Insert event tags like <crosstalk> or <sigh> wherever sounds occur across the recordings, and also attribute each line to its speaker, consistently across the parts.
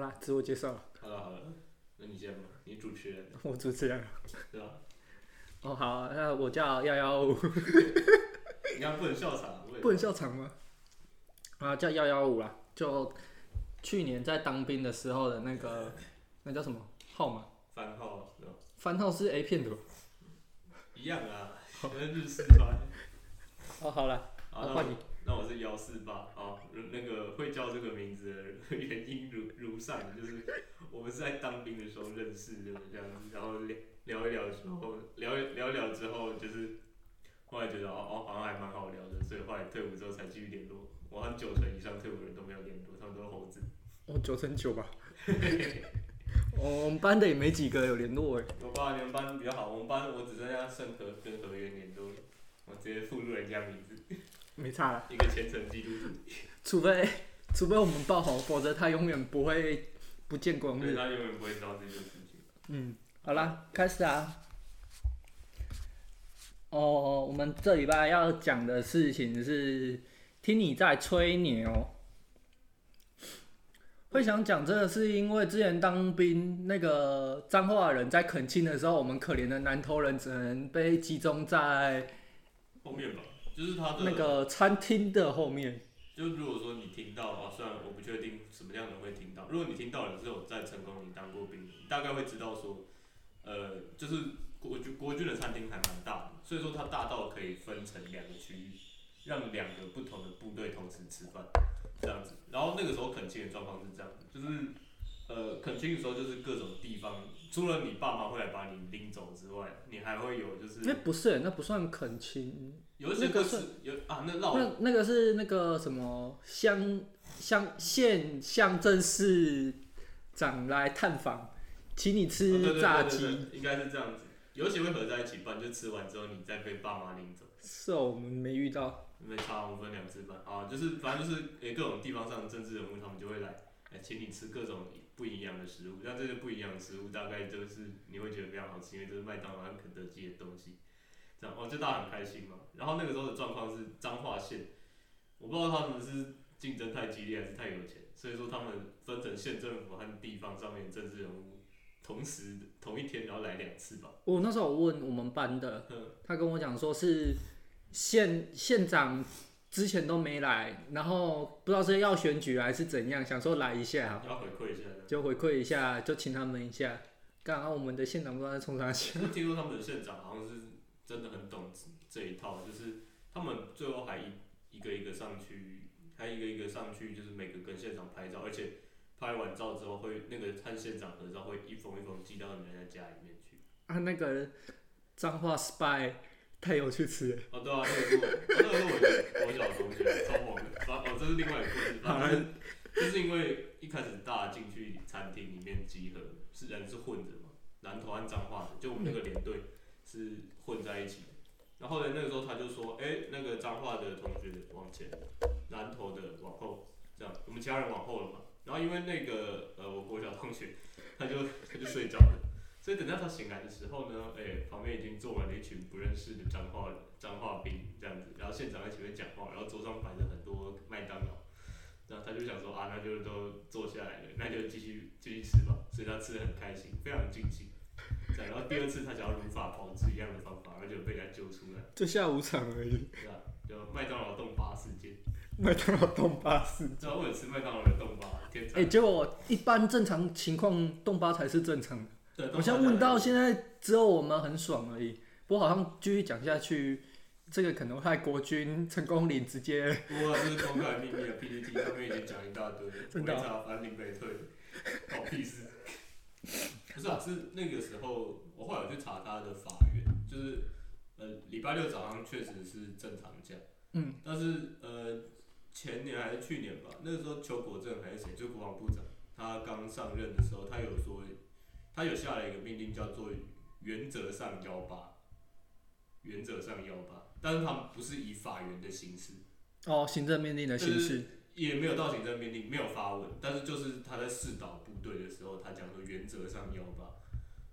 Speaker 1: 好啦，自我介绍，
Speaker 2: 好了好了，那你先吧，你主持人
Speaker 1: 我主持人。
Speaker 2: 对吧？
Speaker 1: 哦，好，那我叫幺幺五，
Speaker 2: 你看不能笑场，
Speaker 1: 不能笑场吗？啊，叫幺幺五啦，就去年在当兵的时候的那 <laughs> 个，那叫什么号码？
Speaker 2: 番号对吧？
Speaker 1: 番号是 A 片的吧。
Speaker 2: 一样啊，跟日式番。
Speaker 1: 哦，好了，
Speaker 2: 好，那
Speaker 1: 换你
Speaker 2: 我那我是幺四八，好，那个会叫这个名字的原因如如上，就是我们是在当兵的时候认识的这样子，然后聊聊一聊之后，聊一聊一聊之后，就是后来觉得哦哦好像还蛮好聊的，所以后来退伍之后才继续联络。我和九成以上退伍的人都没有联络，他们都是猴子。
Speaker 1: 哦，九乘九吧。哦 <laughs> 我们班的也没几个有联络哎。
Speaker 2: 我爸你们班比较好，我们班我只剩下盛和跟何源联络，我直接附录人家名字，
Speaker 1: 没差啦，
Speaker 2: 一个虔诚基督徒，
Speaker 1: 除非除非我们爆红，否则他永远不会不见光
Speaker 2: 对
Speaker 1: 日。
Speaker 2: 他永远不会知道这件事情。
Speaker 1: 嗯，好啦，开始啊。哦，我们这礼拜要讲的事情是，听你在吹牛。会想讲这个，是因为之前当兵，那个彰化人在恳亲的时候，我们可怜的南投人只能被集中在
Speaker 2: 后面吧，就是他的
Speaker 1: 那个餐厅的后面。
Speaker 2: 就如果说你听到啊，虽然我不确定什么样的人会听到，如果你听到了之后在成功你当过兵，你大概会知道说，呃，就是国军国军的餐厅还蛮大的，所以说它大到可以分成两个区域，让两个不同的部队同时吃饭，这样子。然后那个时候恳亲的状况是这样的，就是呃恳亲的时候就是各种地方，除了你爸妈会来把你拎走之外，你还会有就是
Speaker 1: 那不是，那不算恳亲，
Speaker 2: 有一些
Speaker 1: 那个
Speaker 2: 会是有啊那绕
Speaker 1: 那那个是那个什么乡乡县乡镇市长来探访，请你
Speaker 2: 哦对
Speaker 1: 吃
Speaker 2: 对
Speaker 1: 炸
Speaker 2: 对对
Speaker 1: 鸡，
Speaker 2: 对应该是这样子。有些会合在一起办，就吃完之后你再被爸妈领走，
Speaker 1: 是哦，我们没遇到。
Speaker 2: 因为差五分两次半啊，就是反正就是诶各种地方上的政治人物他们就会来，诶请你吃各种不一样的食物。那这些不一样的食物大概就是你会觉得非常好吃，因为这是麦当劳和肯德基的东西，这样哦就大家很开心嘛。然后那个时候的状况是彰化县，我不知道他们是竞争太激烈还是太有钱，所以说他们分成县政府和地方上面的政治人物同时同一天然后来两次吧。
Speaker 1: 我那时候有问我们班的
Speaker 2: 嗯，
Speaker 1: 他跟我讲说是县县长之前都没来，然后不知道是要选举还是怎样，想说来一下，
Speaker 2: 要回馈一下的。
Speaker 1: 就回馈一下，就请他们一下。刚刚我们的县长不知道在冲啥去，
Speaker 2: 其实听说他们的县长好像是真的很懂这一套，就是他们最后还一一个一个上去，还一个一个上去，就是每个跟县长拍照，而且拍完照之后会那个和县长合照，会一封一封寄到人家家里面去。
Speaker 1: 啊，那个脏话 spy 太有趣吃了。
Speaker 2: 哦，对啊，那个是我，哦那个是我的国小同学，超猛的。反哦，这是另外一个故事，反正就是因为一开始大家进去餐厅里面集合，是人是混着嘛，南投和彰化的，就我们那个连队是混在一起的。然后呢，那个时候他就说，哎、那个彰化的同学往前，南投的往后，这样，我们其他人往后了嘛。然后因为那个呃，我国小同学，他就他就睡着了。所以等到他醒来的时候呢，哎、旁边已经坐满了一群不认识的彰化人、彰化兵这样子，然后县长在前面讲话，然后桌上摆着很多麦当劳，然后他就想说啊，那就都坐下来了，那就继续继续吃吧，所以他吃的很开心，非常尽兴。这样然后第二次他想要如法炮制一样的方法，然后就被人家揪出来，
Speaker 1: 就下午场而已，
Speaker 2: 对吧？就麦当劳冻巴事件，
Speaker 1: 麦当劳冻巴士。
Speaker 2: 知道为了吃麦当劳的冻巴，天才。
Speaker 1: 哎、结果一般正常情况冻巴才是正常的。
Speaker 2: 对，冻巴
Speaker 1: 好像问到
Speaker 2: 才
Speaker 1: 现在，只有我们很爽而已。不过好像继续讲下去，这个可能害国军成功领直接
Speaker 2: 我这是公开秘密的 PPT，上面已经讲一大堆，
Speaker 1: 真
Speaker 2: 我
Speaker 1: 的
Speaker 2: 也
Speaker 1: 哦
Speaker 2: 查反领北退，搞屁事。不是啊，是那个时候我后来有去查他的法院，就是呃礼拜六早上确实是正常假，
Speaker 1: 嗯，
Speaker 2: 但是呃前年还是去年吧，那个时候邱国正还是谁，就国防部长，他刚上任的时候，他有说他有下了一个命令叫做原则上幺八，原则上幺八，但是他们不是以法源的形式。
Speaker 1: 哦行政命令的形式。
Speaker 2: 也没有到行政命令，没有发文，但是就是他在试导部队的时候，他讲说原则上幺八，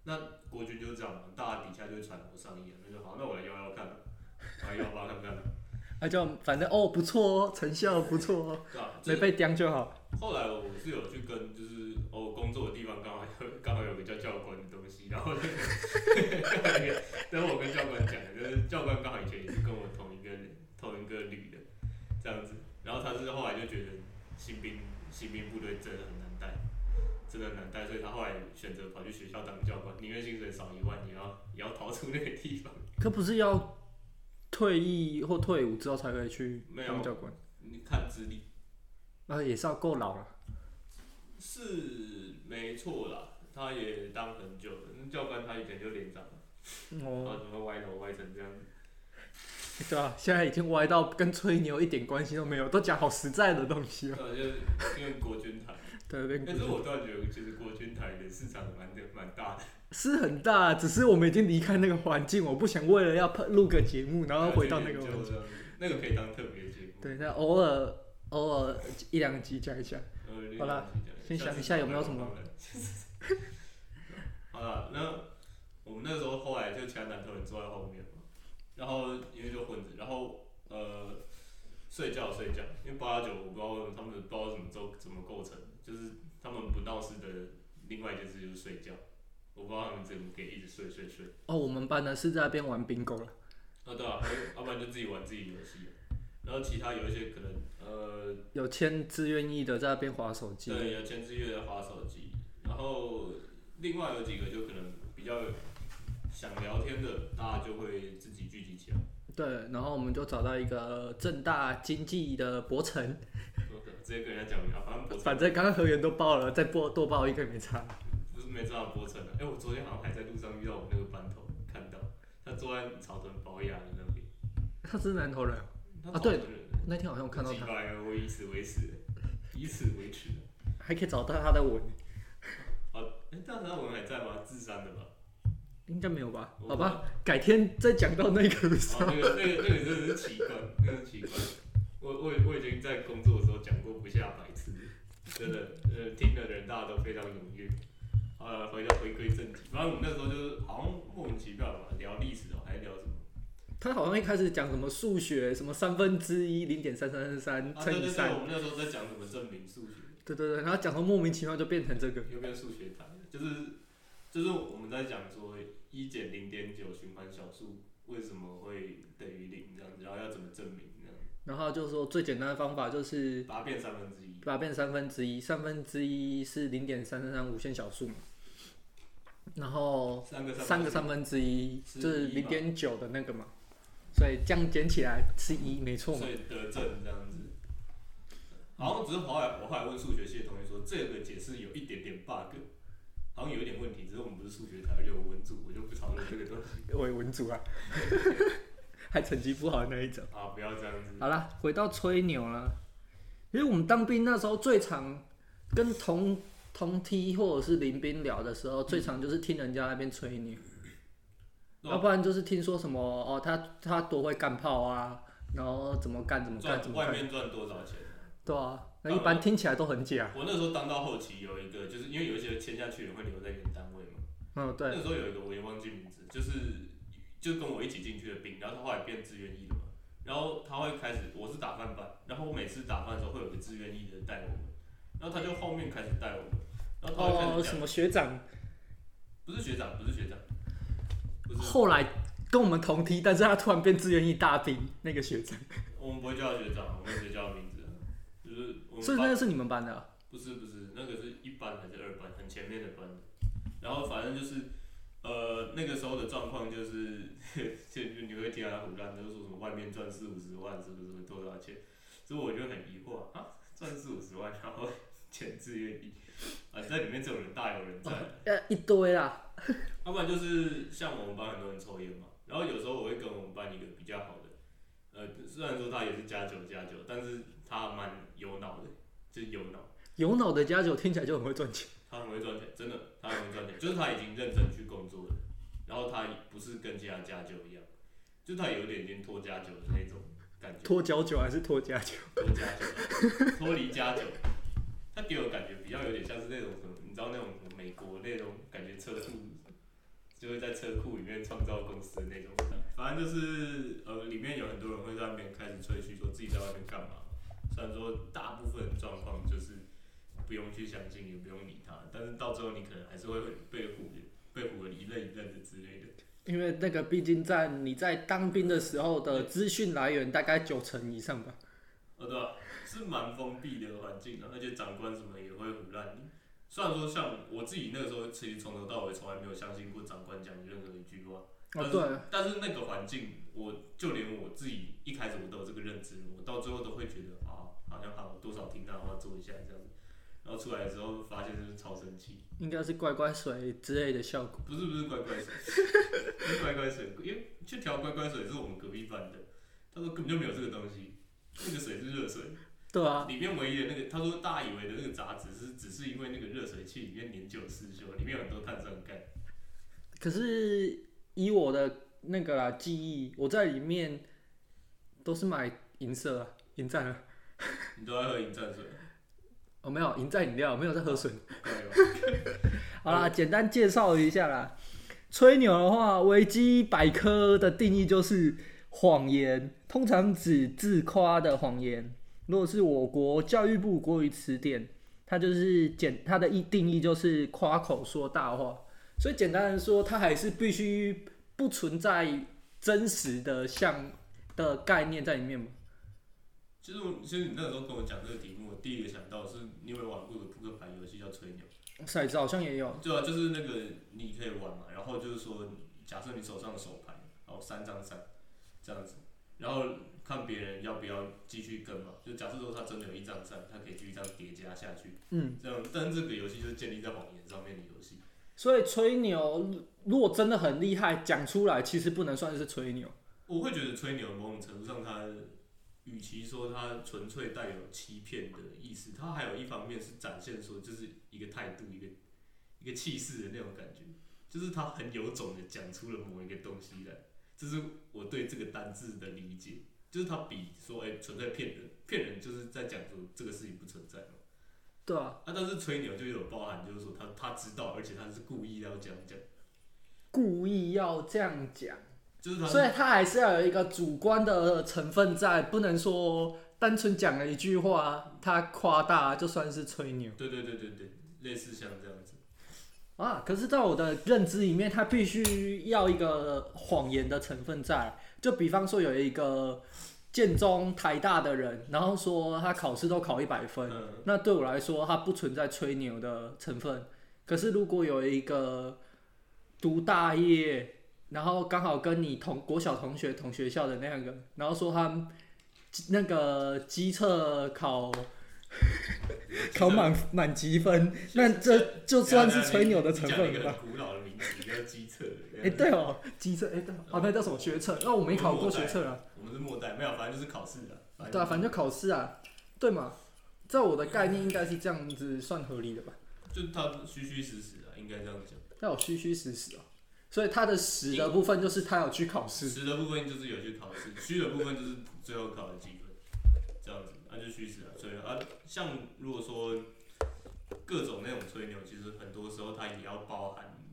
Speaker 2: 那国军就是这样嘛，大家底下就会揣摩上意啊，那就好，那我来幺幺看吧，来幺八看看吧，
Speaker 1: 啊，就反正哦不错哦，成效不错哦，
Speaker 2: 对吧、就
Speaker 1: 没
Speaker 2: <laughs> 是
Speaker 1: 被刁就好。
Speaker 2: 后来我是有去跟就是偶方刚好有刚好有个叫教官的东西，然后那个那个，然后我跟教官讲，就是教官刚好以前也是跟我同一个同一个旅的这样子，然后他是后来就觉得新兵新兵部队真的很难带，真的很难带，所以他后来选择跑去学校当教官，宁愿薪水少一万，也要也要逃出那个地方。
Speaker 1: 可不是要退役或退伍之后才可以去
Speaker 2: 没有
Speaker 1: 当教官，
Speaker 2: 你看资历
Speaker 1: 那也是要够老了。
Speaker 2: 是没错啦，他也当很久了，那教官他以前就连长了，然
Speaker 1: 哦，
Speaker 2: 后怎么歪头歪成这样子。
Speaker 1: <laughs> 对啊，现在已经歪到跟吹牛一点关系都没有，都讲好实在的东西
Speaker 2: <laughs>
Speaker 1: 了。
Speaker 2: 呃，就是因为国军 <laughs> 台，
Speaker 1: 对，变
Speaker 2: 但是我倒觉得其实国军台的市场蛮的蛮大的，
Speaker 1: 是很大，只是我们已经离开那个环境，我不想为了要录个节目，然后回到那个
Speaker 2: 就
Speaker 1: 环境。
Speaker 2: 那个可以当特别节目。
Speaker 1: 对，那偶尔偶尔一两集讲一下。
Speaker 2: 呃，
Speaker 1: 好啦先想一下有没有什么。
Speaker 2: <laughs> 好了，那我们那时候后来就其他男头人坐在后面嘛，然后因为就混着，然后呃睡觉睡觉，因为八九我不知道为什么他们不知道怎么构怎么构成的，就是他们不闹事的另外一件事就是睡觉，我不知道他们怎么可以一直睡睡睡。
Speaker 1: 哦，我们班呢是在那边玩 bingo 了，
Speaker 2: 啊对啊，要不然就自己玩自己游戏，啊然后其他有一些可能呃
Speaker 1: 有签自愿意的在那边划手机。
Speaker 2: 对，有前置月的滑手机，然后另外有几个就可能比较想聊天的，大家就会自己聚集起来。
Speaker 1: 对，然后我们就找到一个正大经济的博成，
Speaker 2: 直接跟人家讲一下，反正博
Speaker 1: 反正刚刚河源都报了，再报多报一个也没差。
Speaker 2: 不是没知道博成的。哎、我昨天好像还在路上遇到我那个班头，看到他坐在草屯保雅的那边。
Speaker 1: 他是南投人，
Speaker 2: 他
Speaker 1: 啊
Speaker 2: 草
Speaker 1: 对
Speaker 2: 屯人
Speaker 1: 那天好像我看到
Speaker 2: 几
Speaker 1: 他，
Speaker 2: 百我以此为耻，以此为耻。
Speaker 1: 还可以找到他的文，
Speaker 2: 哎、但是他们还在吗？智商的吧？
Speaker 1: 应该没有吧？
Speaker 2: 我
Speaker 1: 好吧，改天再讲到那个的时
Speaker 2: 哦，
Speaker 1: 候。
Speaker 2: 那个那个那个真的是奇怪，那个是奇怪。我我我已经在工作的时候讲过不下百次，真的，呃，听的人大家都非常踊跃。好了，回到回归正题，反正我们那时候就是好像莫名其妙吧，聊历史哦，还聊什么？
Speaker 1: 他好像一开始讲什么数学，什么三分之一零点三三三
Speaker 2: 啊，
Speaker 1: 三乘
Speaker 2: 对
Speaker 1: 以
Speaker 2: 对对，
Speaker 1: 三，
Speaker 2: 我们那时候在讲什么证明数学，
Speaker 1: 对对对，然后讲到莫名其妙就变成这个。
Speaker 2: 有没有数学谈？就是就是我们在讲说一减零点九循环小数为什么会等于零这样子，然后要怎么证明这样子，
Speaker 1: 然后就说最简单的方法就是
Speaker 2: 把它变三分之一。
Speaker 1: 把它变三分之一，三分之一是零点三三三无限小数嘛，然后
Speaker 2: 三个三
Speaker 1: 三个
Speaker 2: 分之一
Speaker 1: 三分之一
Speaker 2: 是
Speaker 1: 就是
Speaker 2: 一
Speaker 1: 零
Speaker 2: 嘛
Speaker 1: 点九的那个嘛，所以这样减起来是一，没错嘛
Speaker 2: 所。以得正这样子。然后只是后来我后来问数学系的同学说，这个解释有一点点 bug，好像有一点问题。只是我们不是数学台，而且我文组，我就不讨论这个东西
Speaker 1: 我也文组啊， <laughs> 还成绩不好的那一种。
Speaker 2: 啊，不要这样子。
Speaker 1: 好啦，回到吹牛啦。因为我们当兵那时候最常跟同同梯或者是林兵聊的时候，最常就是听人家那边吹牛，
Speaker 2: 哦
Speaker 1: 要不然就是听说什么哦，他他多会干炮啊，然后怎么干怎么干怎
Speaker 2: 赚
Speaker 1: 么
Speaker 2: 外
Speaker 1: 干，
Speaker 2: 面赚多少钱？
Speaker 1: 对啊，那
Speaker 2: 当
Speaker 1: 一
Speaker 2: 然
Speaker 1: 般听起来都很假。
Speaker 2: 我那时候当到后期有一个，就是因为有一些签下去的会留在原单位嘛。
Speaker 1: 嗯，对，
Speaker 2: 那时候有一个我也忘记名字，就是就跟我一起进去的兵，然后他后来变志愿役了嘛。然后他会开始，我是打饭班，然后我每次打饭的时候会有个志愿役的带我们，然后他就后面开始带我们，然后他会开始
Speaker 1: 哦，
Speaker 2: 讲
Speaker 1: 什么学长，
Speaker 2: 不是学长，不是学长，不是，
Speaker 1: 后来跟我们同梯，但是他突然变志愿役大兵，那个学长，
Speaker 2: 我们不会叫他学长，我们只叫他名字啊，就是我
Speaker 1: 所
Speaker 2: 们
Speaker 1: 以那
Speaker 2: 班
Speaker 1: 个是你们班的啊、
Speaker 2: 不是不是，那个是一班还是二班，很前面的班的。然后反正就是，呃，那个时候的状况就是， <laughs> 就就你会听到他胡乱，就是说什么外面赚四五十万，是不是会多少钱？所以我就很疑惑啊，赚四五十万，然后签志愿役，啊，在里面这种人大有人在。
Speaker 1: 呃，一堆啦，
Speaker 2: 要不然就是像我们班很多人抽烟嘛，然后有时候我会跟我们班一个比较好的，呃，虽然说他也是加酒加酒，但是他蛮有脑的，就是有脑，
Speaker 1: 有脑的家酒听起来就很会赚钱。
Speaker 2: 他很会赚钱，真的，他很会赚钱，就是他已经认真去工作了，然后他不是跟其他加酒一样，就他有点已经脱加酒的那种感觉，
Speaker 1: 脱脚酒还是脱家酒？
Speaker 2: 脱加酒，脱离加酒。他给我感觉比较有点像是那种什么，你知道那种什么美国那种感觉车库，就会在车库里面创造公司的那种。反正就是呃，里面有很多人会在那边开始吹嘘说自己在外面干嘛。虽然说大部分状况就是不用去相信，也不用理他，但是到最后你可能还是会被唬的，被唬的一愣一愣的之类的。
Speaker 1: 因为那个毕竟在你在当兵的时候的资讯来源大概九成以上吧。
Speaker 2: 哦，对啊，是蛮封闭的环境啊的，而且长官什么也会胡乱你。虽然说像我自己那个时候，其实从头到尾从来没有相信过长官讲任何一句话，
Speaker 1: 哦
Speaker 2: 但，是、
Speaker 1: 对，
Speaker 2: 但是那个环境，我就连我自己一开始我都有这个认知，我到最后都会觉得啊，好像好多少听他的话做一下这样子，然后出来的时候发现就是超生气，
Speaker 1: 应该是乖乖水之类的效果。
Speaker 2: 不是不是乖乖水， <laughs> 不是乖乖水，因为去调乖乖水是我们隔壁班的，他说根本就没有这个东西，那个水是热水，
Speaker 1: 对啊，
Speaker 2: 里面唯一的那个，他说大家以为的那个杂质是只是因为那个热水器里面年久失修，里面有很多碳酸钙，
Speaker 1: 可是以我的那个啦记忆，我在里面都是买银色啊，银赞啊，
Speaker 2: 你都要喝饮战水，
Speaker 1: 哦没有银赞饮料，没有在喝水。
Speaker 2: 对吧？
Speaker 1: 好啦，简单介绍一下啦。吹牛的话，维基百科的定义就是谎言，通常指自夸的谎言。如果是我国教育部国语词典，它就是简它的一定义就是夸口说大话。所以简单的说，它还是必须不存在真实的像的概念在里面嘛。
Speaker 2: 其实我，其实你那个时候跟我讲这个题目，我第一个想到的是你有没有玩过的扑克牌游戏叫吹牛？
Speaker 1: 骰子好像也有，
Speaker 2: 对啊，就是那个你可以玩嘛，然后就是说，假设你手上的手牌，然后三张三这样子，然后看别人要不要继续跟嘛。就假设说他真的有一张三，他可以继续这样叠加下去，
Speaker 1: 嗯，
Speaker 2: 这样。但这个游戏就是建立在谎言上面的游戏。
Speaker 1: 所以吹牛如果真的很厉害，讲出来其实不能算是吹牛。
Speaker 2: 我会觉得吹牛某种程度上它，与其说它纯粹带有欺骗的意思，它还有一方面是展现说就是一个态度、一个一个气势的那种感觉，就是他很有种的讲出了某一个东西来，这是我对这个单字的理解。就是他比说哎纯粹骗人，骗人就是在讲说这个事情不存在嘛。
Speaker 1: 对啊，
Speaker 2: 啊，但是吹牛就有包含，就是说他他知道，而且他是故意要这样讲，
Speaker 1: 故意要这样讲，
Speaker 2: 就是他是
Speaker 1: 所以他还是要有一个主观的成分在，不能说单纯讲了一句话，他夸大就算是吹牛
Speaker 2: 对对对对对，类似像这样子。
Speaker 1: 啊。可是，在我的认知里面，他必须要一个谎言的成分在。就比方说，有一个建中台大的人，然后说他考试都考一百分，
Speaker 2: 嗯，
Speaker 1: 那对我来说，它不存在吹牛的成分。可是如果有一个读大业，然后刚好跟你同国小同学同学校的那样个，然后说他那个机测考考满满级分，那这就算是吹
Speaker 2: <laughs>
Speaker 1: 牛的成分了
Speaker 2: 啊你讲一个
Speaker 1: 吧？
Speaker 2: 很古老的名词叫机测，
Speaker 1: 哎、对哦，机测，哎、对哦，哦，那叫什么学测？那、我没考过学测啊。
Speaker 2: 我们是末代，没有，反正就是考试的。
Speaker 1: 对啊，反正就考试啊，对嘛？在我的概念应该是这样子算合理的吧？
Speaker 2: 就它虚虚实实啊，应该这样讲。
Speaker 1: 他有虚虚实实哦，所以他的实的部分就是他有去考试。
Speaker 2: 实的部分就是有去考试，虚的部分就是最后考的积分，这样子，那、就虚实啊。所以啊，像如果说各种那种吹牛，其实很多时候它也要包含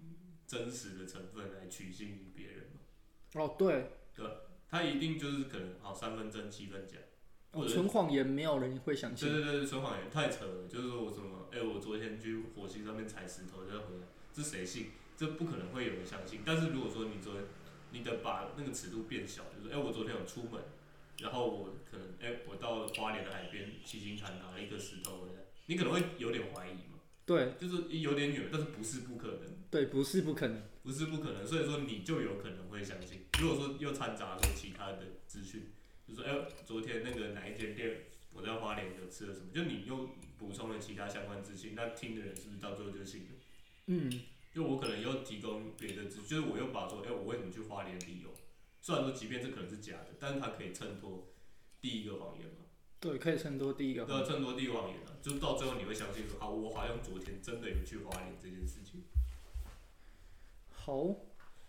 Speaker 2: 真实的成分来取信于别人嘛。
Speaker 1: 哦，对，
Speaker 2: 它一定就是可能好三分真七分假，或者是
Speaker 1: 纯谎言没有人会相
Speaker 2: 对
Speaker 1: 信。
Speaker 2: 对对，说谎言太扯了，就是说我什么，哎、我昨天去火星上面踩石头再回来，这谁信？这不可能会有人相信。但是如果说你昨天你得把那个尺度变小，就是哎、我昨天有出门，然后我可能哎、我到花莲的海边七星潭拿了一个石头回来，你可能会有点怀疑嘛，
Speaker 1: 对
Speaker 2: 就是有点远，但是不是不可能，
Speaker 1: 对，不是不可能。
Speaker 2: 不是不可能，所以说你就有可能会相信。如果说又掺杂说其他的资讯，就说哎、昨天那个哪一间店我在花莲有吃了什么，就你又补充了其他相关资讯，那听的人是不是到最后就信了？
Speaker 1: 嗯，
Speaker 2: 就我可能又提供别的资，就是我又把说，哎、我为什么去花莲的理由，虽然说即便这可能是假的，但是它可以衬托第一个谎言嘛，
Speaker 1: 对，可以衬托第一个
Speaker 2: 对。啊，衬托第一个谎言啊，就是到最后你会相信说，啊，我好像昨天真的有去花莲这件事情。
Speaker 1: 好，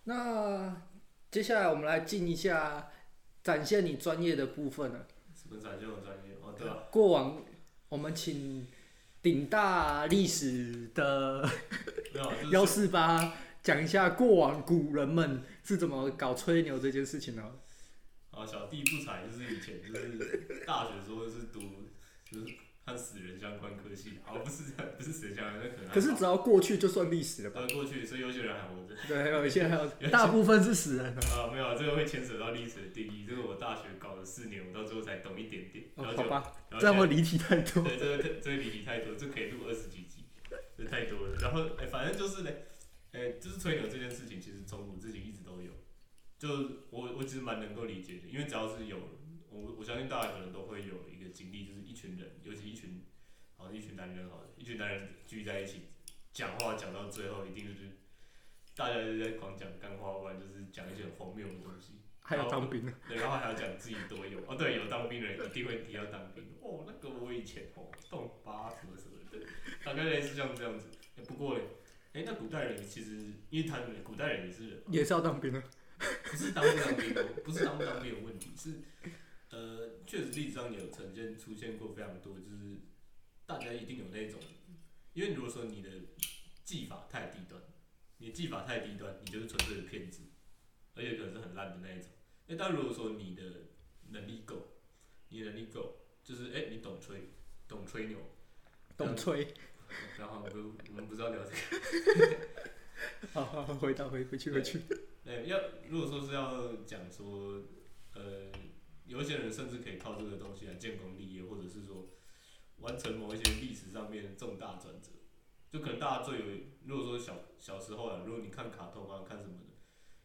Speaker 1: 那接下来我们来进一下展现你专业的部分了、
Speaker 2: 什么展现我专业？哦，对啊，
Speaker 1: 过往我们请顶大历史的
Speaker 2: 没有，啊就是
Speaker 1: 幺四八讲一下过往古人们是怎么搞吹牛这件事情哦的。
Speaker 2: 啊，小弟不才就是以前就是大学时候是读，就是他上死人相关科系，而不是这样不是死人相关，那可能还
Speaker 3: 可是
Speaker 2: 好
Speaker 3: 只要过去就算历史了吧？
Speaker 2: 呃过去，所以有些人还活着。
Speaker 3: 对，还有一些还有大部分是死人啊。
Speaker 2: 啊、没有，这个会牵扯到历史的定义。这个我大学搞了四年，我到最后才懂一点点。然
Speaker 3: 哦
Speaker 2: 后
Speaker 3: 好
Speaker 2: 就，
Speaker 3: 吧，
Speaker 2: 然后
Speaker 3: 这样
Speaker 2: 就
Speaker 3: 会离题太多。
Speaker 2: 对，这个可这个离题太多，这可以录二十几集，这太多了。然后，哎、反正就是嘞，哎、就是吹牛这件事情，其实从我自己一直都有，就我我其实蛮能够理解的，因为只要是有我我相信大家可能都会有一个经历，就是一群人，尤其一群好像一群男人好了，一群男人聚在一起讲话，讲到最后一定就是大家就在狂讲干话，不然就是讲一些很荒谬的东西。
Speaker 3: 还有当兵，
Speaker 2: 对，然后还要讲自己多有哦，对，有当兵的人一定会提到当兵哦，那个我以前哦，动八什么什么的，大概类似像这样子。哎不过嘞，哎，那古代人其实，因为他们古代人也是人，
Speaker 3: 也是要当兵的。
Speaker 2: 不是当不当兵的，不是当不当兵有问题，是呃，确实历史上也有曾经出现过非常多，就是大家一定有那种，因为如果说你的技法太低端，你的技法太低端，你就是纯粹的骗子，而且可能是很烂的那一种。哎，但如果说你的能力够，你的能力够，就是哎，你懂吹，懂吹牛，
Speaker 3: 懂吹。
Speaker 2: 然后我们我们不知道聊这个。
Speaker 3: 好好好，回到回回去回去。
Speaker 2: 对，要如果说是要讲说，呃，有一些人甚至可以靠这个东西来建功立业，或者是说完成某一些历史上面重大转折。就可能大家最有，如果说小小时候啊，如果你看卡通啊，看什么的，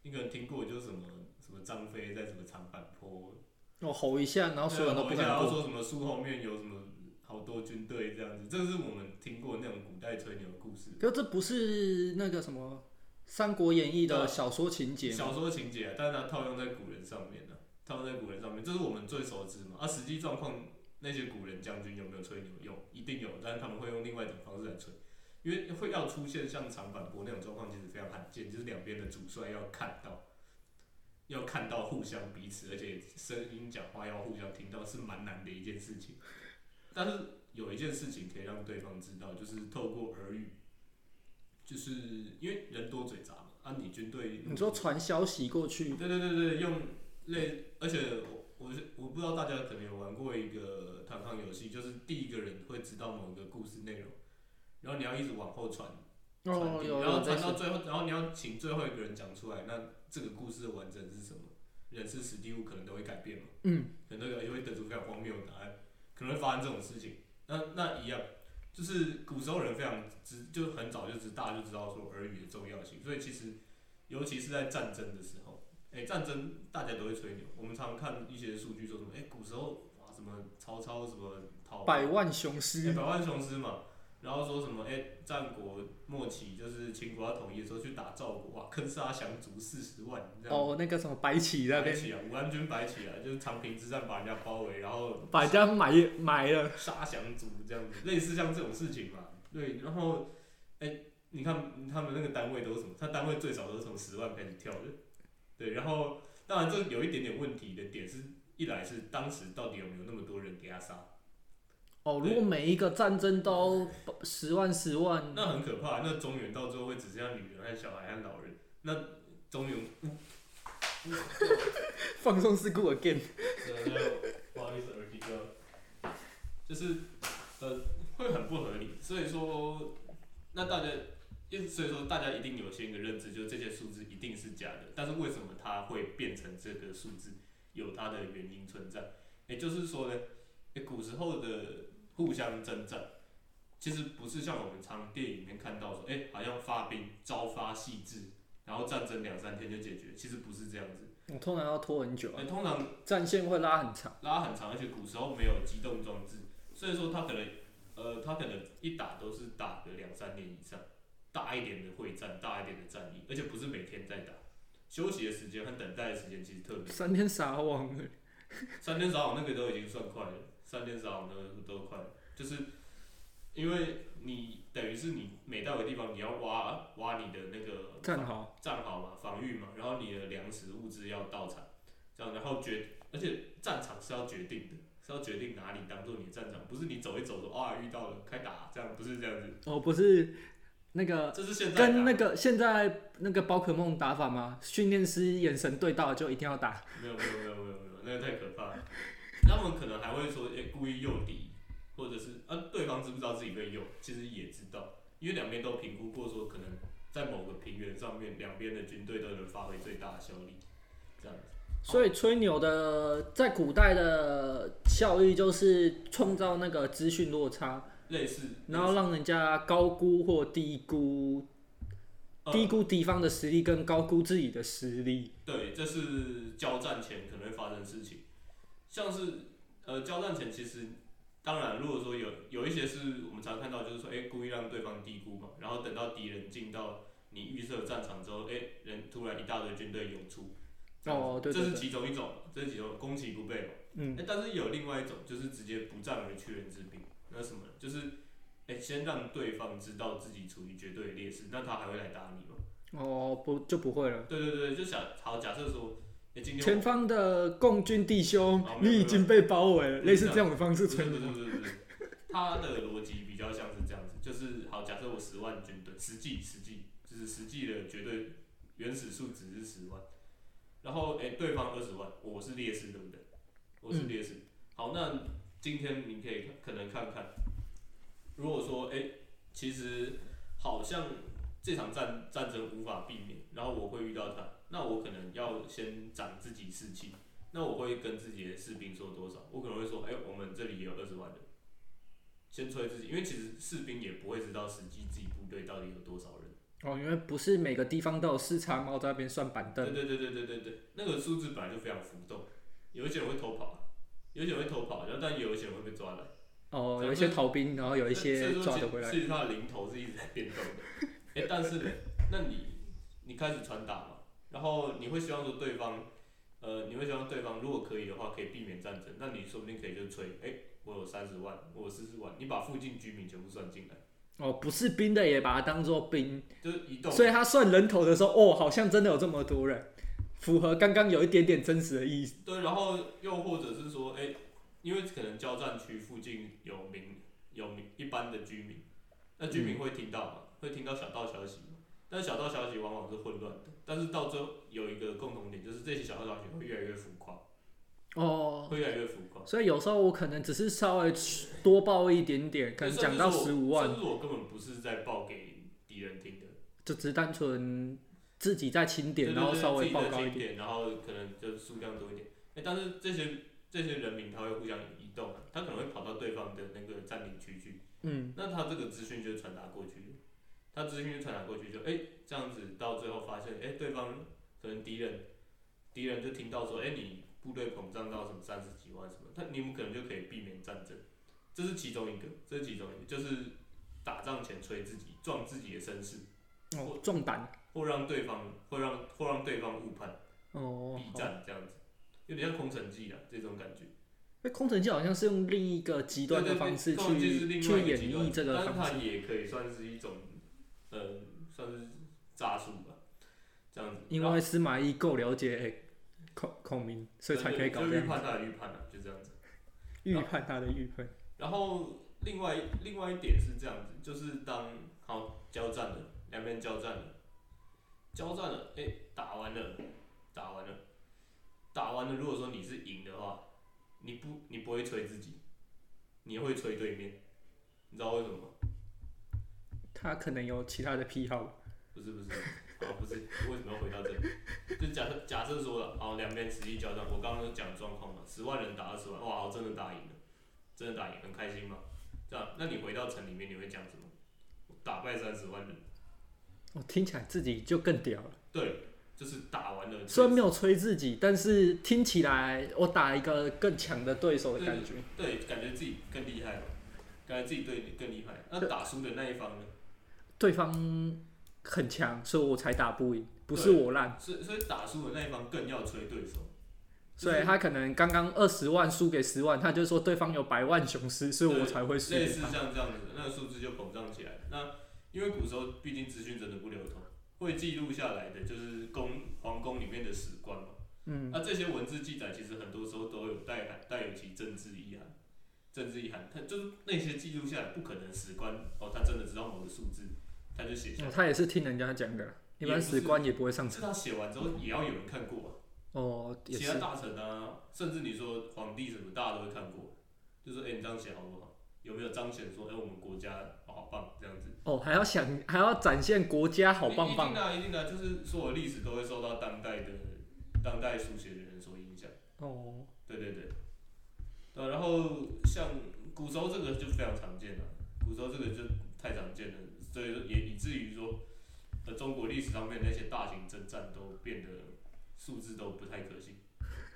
Speaker 2: 你可能听过就是什么什么张飞在什么长坂坡，
Speaker 1: 我哦吼一下，然后所有人都不
Speaker 2: 对啊
Speaker 1: 敢
Speaker 2: 然后
Speaker 1: 过。
Speaker 2: 说什么树后面有什么好多军队这样子，这是我们听过那种古代吹牛的故事。
Speaker 1: 可这不是那个什么《三国演义》的小说情节吗？
Speaker 2: 小说情节、啊，但是它套用在古人上面呢、啊，套用在古人上面，这是我们最熟知嘛。啊，实际状况那些古人将军有没有吹牛？有，一定有，但是他们会用另外一种方式来吹，因为会要出现像长坂坡那种状况，其实非常罕见，就是两边的主帅要看到，要看到互相彼此，而且声音讲话要互相听到，是蛮难的一件事情。但是有一件事情可以让对方知道，就是透过耳语。就是因为人多嘴杂嘛，啊，你军队
Speaker 1: 你说传消息过去，
Speaker 2: 对对对对，用类，而且我我是我不知道大家可能有玩过一个弹抗游戏，就是第一个人会知道某个故事内容，然后你要一直往后传，传
Speaker 1: 哦，
Speaker 2: 递
Speaker 1: 有
Speaker 2: 然后
Speaker 1: 有
Speaker 2: 传到
Speaker 1: 在
Speaker 2: 最后，然后你要请最后一个人讲出来，那这个故事的完整是什么？人事实地物可能都会改变嘛，
Speaker 3: 嗯，
Speaker 2: 可能都也会得出非常荒谬的答案，可能会发生这种事情。那那一样，就是古时候人非常知，就很早就知大家就知道说耳语的重要性，所以其实尤其是在战争的时候，哎、战争大家都会吹牛，我们常看一些数据说什么，哎、古时候哇什么曹操什么讨伐
Speaker 1: 百万雄
Speaker 2: 欸
Speaker 1: 师，
Speaker 2: 百万雄师嘛，然后说什么哎、欸战国末期就是秦国要统一的时候去打赵国，哇，坑杀降卒四十万，这样
Speaker 1: 哦，那个什么白起那
Speaker 2: 白
Speaker 1: 边，
Speaker 2: 起啊，武安军白起啊，就是长平之战把人家包围，然后
Speaker 3: 把人家埋埋了。
Speaker 2: 杀降卒这样子，类似像这种事情嘛，对，然后哎、欸你看他们那个单位都是什么？他单位最少都是从十万开始跳的，对，然后当然这有一点点问题的点是，一来是当时到底有没有那么多人给他杀，
Speaker 1: 哦，如果每一个战争都十万十万，
Speaker 2: 那很可怕。那中原到最后会只剩下女人和小孩和老人。那中原，
Speaker 3: 放松事故 again。
Speaker 2: 呃，不好意思，耳机哥，就是呃，会很不合理。所以说，那大家，因所以说大家一定有先一个认知，就是这些数字一定是假的。但是为什么它会变成这个数字，有它的原因存在。也就是说呢，诶古时候的互相征战。其实不是像我们常电影里面看到说，哎、好像发兵朝发夕至，然后战争两三天就解决，其实不是这样子。
Speaker 1: 我通常要拖很久啊，
Speaker 2: 哎、通常
Speaker 1: 战线会拉很长。
Speaker 2: 拉很长，而且古时候没有机动装置，所以说他可能，呃，他可能一打都是打个两三年以上，大一点的会战，大一点的战役，而且不是每天在打，休息的时间和等待的时间其实特别。
Speaker 1: 三天撒网了，
Speaker 2: 三天撒网那个都已经算快了，三天撒网那个都快了，就是因为你等于是你每到一个地方，你要挖挖你的那个
Speaker 1: 站好，
Speaker 2: 站好嘛，防御嘛，然后你的粮食物资要到场，这样，然后决，而且战场是要决定的，是要决定哪里当做你的战场，不是你走一走说啊遇到了开打，这样不是这样子，
Speaker 1: 哦，不是那个
Speaker 2: 这是现在
Speaker 1: 跟那
Speaker 2: 打
Speaker 1: 个现在那个宝可梦打法吗？训练师眼神对到就一定要打，
Speaker 2: 没有没有没有没有没有，那个太可怕了。他们可能还会说，哎、故意诱敌，或者是啊，对方知不知道自己被用，其实也知道，因为两边都评估过说，可能在某个平原上面，两边的军队都能发挥最大的效力，这样子。
Speaker 1: 所以吹牛的在古代的效益就是创造那个资讯落差，
Speaker 2: 类似，
Speaker 1: 然后让人家高估或低估、
Speaker 2: 呃
Speaker 1: 低估敌方的实力跟高估自己的实力。
Speaker 2: 对，这是交战前可能会发生的事情，像是呃交战前其实当然如果说有有一些是我们常看到就是说哎、故意让对方低估嘛，然后等到敌人进到你预设战场之后，哎、人突然一大堆军队涌出，这样子
Speaker 1: 哦对
Speaker 2: 这
Speaker 1: 对
Speaker 2: 是
Speaker 1: 对
Speaker 2: 其中一种，这是其中攻其不备嘛。
Speaker 1: 嗯
Speaker 2: 哎、但是有另外一种就是直接不战而屈人之兵，那什么呢就是哎、先让对方知道自己处于绝对的劣势，那他还会来打你吗？
Speaker 1: 哦，不就不会了。
Speaker 2: 对对对，就想好假设说。哎今天我
Speaker 1: 前方的共军弟兄
Speaker 2: 好，哦没有
Speaker 3: 你已经被包围了，
Speaker 2: 没有
Speaker 3: 类似这样的方式
Speaker 2: 不是
Speaker 3: 吹
Speaker 2: 不
Speaker 3: 牛
Speaker 2: 是。不是不是， <laughs> 他的逻辑比较像是这样子，就是好，假设我十万军队，实际实际就是实际的绝对原始数值是十万，然后诶、对方二十万，我是劣势对不对？我
Speaker 3: 嗯
Speaker 2: 是劣势。好，那今天你可以看可能看看，如果说诶、其实好像这场战战争无法避免，然后我会遇到他，那我可能要先长自己士气。那我会跟自己的士兵说多少？我可能会说，哎、我们这里也有二十万人，先吹自己，因为其实士兵也不会知道实际自己部队到底有多少人。
Speaker 1: 哦，因为不是每个地方都有视察猫在那边算板
Speaker 2: 对
Speaker 1: 凳。
Speaker 2: 对对对对对对，那个数字本来就非常浮动，有一些人会偷跑啊，有一些人会偷跑，然后但也有一些人会被抓来，
Speaker 1: 哦，
Speaker 2: 对
Speaker 1: 有一些逃兵，然后有一
Speaker 2: 所
Speaker 1: 些
Speaker 2: 以说
Speaker 1: 抓
Speaker 2: 其
Speaker 1: 得回来。
Speaker 2: 其实他的零头是一直在变动的。哎、但是呢，那你你开始传达嘛，然后你会希望说对方，呃，你会希望对方如果可以的话，可以避免战争，那你说不定可以就吹，哎、我有三十万，我有四十万，你把附近居民全部算进来，
Speaker 1: 哦，不是兵的也把它当做兵，
Speaker 2: 就是移动。
Speaker 1: 所以他算人头的时候，哦，好像真的有这么多人，符合刚刚有一点点真实的意思。
Speaker 2: 对，然后又或者是说，哎、因为可能交战区附近有民有民一般的居民，那居
Speaker 1: 嗯
Speaker 2: 民会听到嘛，会听到小道消息嘛，但小道消息往往是混乱的，但是到最后有一个共同点，就是这些小道消息会越来越浮夸，
Speaker 1: 哦，
Speaker 2: 会越来越浮夸。
Speaker 1: 所以有时候我可能只是稍微多报一点点，可能
Speaker 2: 就甚
Speaker 1: 讲
Speaker 2: 至
Speaker 1: 到
Speaker 2: 是我
Speaker 1: 十五万
Speaker 2: 甚，至我根本不是在报给敌人听的，
Speaker 1: 就只是单纯自己在清点，
Speaker 2: 对
Speaker 1: 然后
Speaker 2: 对对
Speaker 1: 稍
Speaker 2: 自
Speaker 1: 微
Speaker 2: 己
Speaker 1: 报
Speaker 2: 再
Speaker 1: 高
Speaker 2: 清
Speaker 1: 一
Speaker 2: 一
Speaker 1: 点。
Speaker 2: 点，然后可能就数量多一点。哎、但是这些这些人民他会互相移动，啊他可能会跑到对方的那个占领区去。
Speaker 1: 嗯，
Speaker 2: 那他这个资讯就传达过去了，他资讯就传达过去就，哎这样子到最后发现，哎、对方可能敌人，敌人就听到说，哎、你部队膨胀到什么三十几万什么，他你们可能就可以避免战争，这是其中一个，这是其中一个，就是打仗前吹自己壮自己的身势，
Speaker 1: 哦，壮胆。
Speaker 2: 或让对方或让或让对方误判
Speaker 1: 哦，好
Speaker 2: 避战这样子，有点像空城计啊这种感觉。
Speaker 1: 那空城计好像是用另一个极端的方式
Speaker 2: 对对对
Speaker 1: 去
Speaker 2: 是另外
Speaker 1: 去
Speaker 2: 一个
Speaker 1: 演
Speaker 2: 极端
Speaker 1: 绎这个方
Speaker 2: 但
Speaker 1: 式。
Speaker 2: 是它也可以算是一种，呃，算是诈术吧，这样子。
Speaker 1: 因为司马懿够了解、欸、孔孔明，所以才可以搞
Speaker 2: 就
Speaker 1: 这
Speaker 2: 预
Speaker 1: 样
Speaker 2: 判他的预判啊，就这样子。
Speaker 1: 预判他的预判。
Speaker 2: 然后另外另外一点是这样子，就是当好交战了，两边交战了，交战了，哎、打完了，打完了，打完了。如果说你是赢的话，你不你不会吹自己，你会吹对面，你知道为什么吗？
Speaker 1: 他可能有其他的癖好，
Speaker 2: 不是不是，啊不是，为什么要回到这里？就假设假设说了，好两边实力交战，我刚刚讲状况嘛，十万人打二十万，哇，我真的打赢了，真的打赢，很开心嘛。这样，那你回到城里面，你会讲什么？我打败三十万人，
Speaker 1: 我哦听起来自己就更屌了。
Speaker 2: 对，就是打完了。
Speaker 1: 虽然没有吹自己，但是听起来我打一个更强的对手的感觉。
Speaker 2: 对，感觉自己更厉害了，感觉自己对你更厉害。那打输的那一方呢？
Speaker 1: 对方很强，所以我才打不赢，不是我烂。
Speaker 2: 所以所以打输的那一方更要吹对手。就是
Speaker 1: 所以他可能刚刚二十万输给十万，他就说对方有百万雄师，所以我才会输
Speaker 2: 类
Speaker 1: 给
Speaker 2: 似
Speaker 1: 他。
Speaker 2: 像这样子，那个数字就膨胀起来。那因为古时候毕竟资讯真的不流通，会记录下来的就是宫皇宫里面的史官嘛。
Speaker 1: 嗯，
Speaker 2: 那、这些文字记载其实很多时候都有带含带有其政治意涵，政治意涵，它就是那些记录下来，不可能史官哦，他真的知道某个数字，他就写下
Speaker 1: 哦
Speaker 2: 来。
Speaker 1: 他也是听人家讲的啦，一般史官也不会上
Speaker 2: 是
Speaker 1: 场。
Speaker 2: 他写完之后也要有人看过啊，
Speaker 1: 哦，也
Speaker 2: 其
Speaker 1: 是
Speaker 2: 他。大臣啊，甚至你说皇帝什么大家都会看过，就说哎、你这样写好不好？有有没有彰显说，哎、我们国家好棒这样子？
Speaker 1: 哦，还要想还要展现国家好棒
Speaker 2: 一定
Speaker 1: 棒，
Speaker 2: 的啊、一定的啊、就是所有历史都会受到当代的当代书写的人所影响。
Speaker 1: 哦，
Speaker 2: 对对对，对啊，然后像古时候这个就非常常见了、古时候这个就太常见了，所以说也以至于说，呃，中国历史上面那些大型征战都变得数字都不太可信。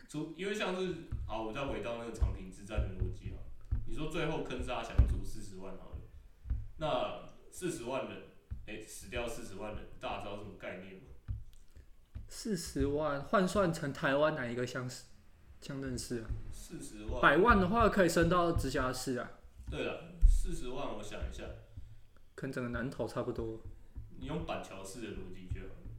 Speaker 2: 除因为像是啊，我再回到那个长平之战的逻辑啊，你说最后坑杀降卒四十万好了，那四十万人，哎、死掉四十万人，大家知道什么概念吗？
Speaker 1: 四十万换算成台湾哪一个乡市乡镇市啊？
Speaker 2: 四十万
Speaker 1: 百万的话可以升到直辖市啊，
Speaker 2: 对了，四十万，我想一下，
Speaker 1: 跟整个南投差不多。
Speaker 2: 你用板桥式的逻辑就好了。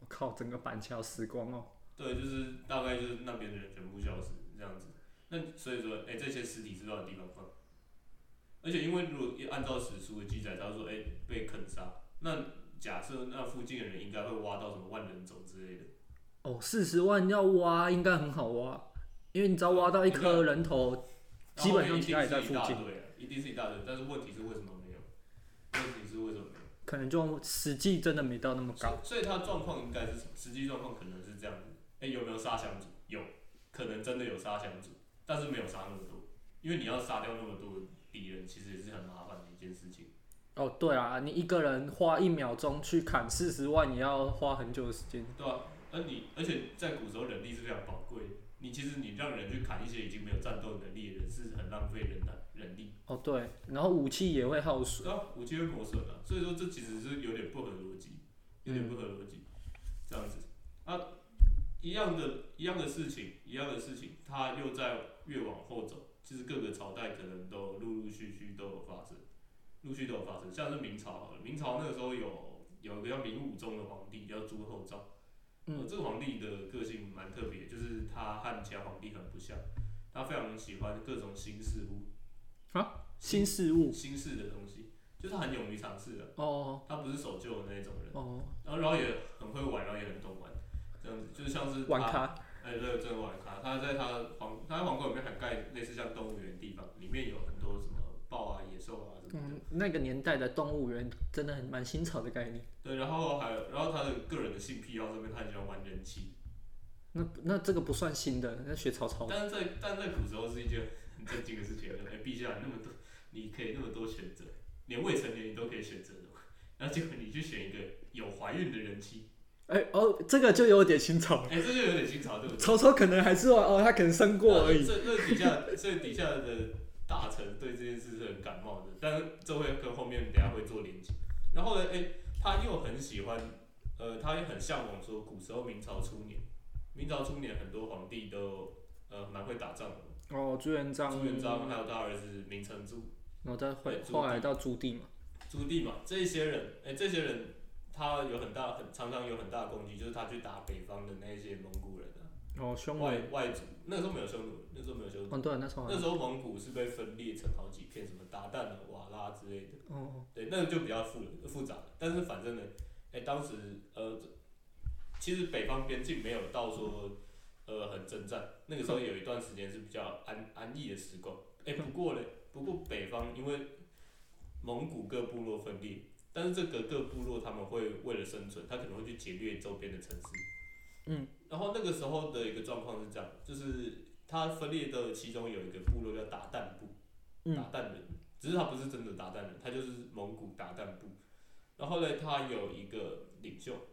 Speaker 1: 我靠，整个板桥时光哦，
Speaker 2: 对，就是大概就是那边的人全部消失这样子。那所以说，哎、这些尸体是到的地方放。而且因为如果按照史书的记载，他说，哎、被坑杀，那假设那附近的人应该会挖到什么万人冢之类的。
Speaker 1: 哦，四十万要挖应该很好挖，因为你只要挖到一颗人头，基本上
Speaker 2: 一
Speaker 1: 其
Speaker 2: 定
Speaker 1: 他
Speaker 2: 是
Speaker 1: 也
Speaker 2: 一
Speaker 1: 在
Speaker 2: 大
Speaker 1: 附
Speaker 2: 堆
Speaker 1: 近，
Speaker 2: 啊，一定是一大堆。但是问题是为什么没有？问题是为什么没有？
Speaker 1: 可能就实际真的没到那么
Speaker 2: 所
Speaker 1: 高。
Speaker 2: 以所以他的状况应该是什么实际状况可能是这样子：哎、有没有杀降卒？有，可能真的有杀降卒，但是没有杀那么多，因为你要杀掉那么多敌人，其实也是很麻烦的一件事情。
Speaker 1: 哦，对啊，你一个人花一秒钟去砍四十万，也要花很久的时间。
Speaker 2: 对啊，而你而且在古时候人力是非常宝贵的，你其实你让人去砍一些已经没有战斗能力的人，是很浪费人的人力。
Speaker 1: 哦，对，然后武器也会耗损。
Speaker 2: 对啊，武器会磨损啊，所以说这其实是有点不合逻辑，有点不合逻辑，这样子啊，一样的一样的事情，一样的事情，它又在越往后走，其实各个朝代可能都陆陆续续都有发生，陆续都有发生，像是明朝好了，明朝那个时候有有一个叫明武宗的皇帝叫朱厚照，
Speaker 1: 嗯
Speaker 2: 呃这个皇帝的个性蛮特别，就是他和其他皇帝很不像，他非常喜欢各种新事物、
Speaker 1: 新事物。
Speaker 2: 新式的东西，就是他很勇于尝试啊的。
Speaker 1: 哦
Speaker 2: 他不是守旧的那种人，
Speaker 1: 哦，
Speaker 2: 然后然后也很会玩，然后也很懂玩，这样子就像是
Speaker 1: 玩
Speaker 2: 他，
Speaker 1: 咖。
Speaker 2: 哎，对，真的玩咖。他在他的皇，他在皇宫里面还盖类似像动物园的地方，里面有很多什么豹啊、野兽啊什么的。
Speaker 1: 嗯，那个年代的动物园真的很蛮新潮的概念。
Speaker 2: 对，然后还有，然后他的个人的性癖好这边，他很喜欢玩人妻，
Speaker 1: 那那这个不算新的，那学曹操的。
Speaker 2: 但是在但在古时候是一件很震惊的事情，哎，陛下那么多，你可以那么多选择，连未成年你都可以选择的，然后结果你去选一个有怀孕的人妻，
Speaker 1: 哎、哦，这个就有点新潮了。
Speaker 2: 哎，这就有点新潮，对不对？
Speaker 1: 曹操可能还是哦，他可能生过而已。
Speaker 2: 这这底下，这底下的大臣对这件事是很感冒的，但是这会跟后面等一下会做连接。然后呢，哎、他又很喜欢，呃，他也很向往说，古时候明朝初年，明朝初年很多皇帝都呃蛮会打仗的，
Speaker 1: 哦，朱元璋，
Speaker 2: 朱元璋还有他儿子明成祖，
Speaker 1: 然后再
Speaker 2: 对
Speaker 1: 回
Speaker 2: 朱棣
Speaker 1: 后来到朱棣嘛，
Speaker 2: 朱棣嘛，这些人，哎、这些人他有很大很常常有很大的功绩，就是他去打北方的那些蒙古人啊，
Speaker 1: 哦，匈奴，
Speaker 2: 外外族，那时候没有匈奴，那时候没有匈奴。
Speaker 1: 哦，对，那时候还
Speaker 2: 那时候蒙古是被分裂成好几片，什么鞑靼啊、瓦剌之类的，
Speaker 1: 哦，
Speaker 2: 对，那个就比较复复杂了。但是反正呢，哎、当时呃，其实北方边境没有到说呃很征战，那个时候有一段时间是比较安安逸的时光。哎、不过呢，不过北方因为蒙古各部落分裂，但是这个各部落他们会为了生存，他可能会去劫掠周边的城市。
Speaker 1: 嗯，
Speaker 2: 然后那个时候的一个状况是这样，就是他分裂的其中有一个部落叫鞑靼部，
Speaker 1: 嗯
Speaker 2: 鞑靼人，只是他不是真的鞑靼人，他就是蒙古鞑靼部。然后呢，他有一个领袖，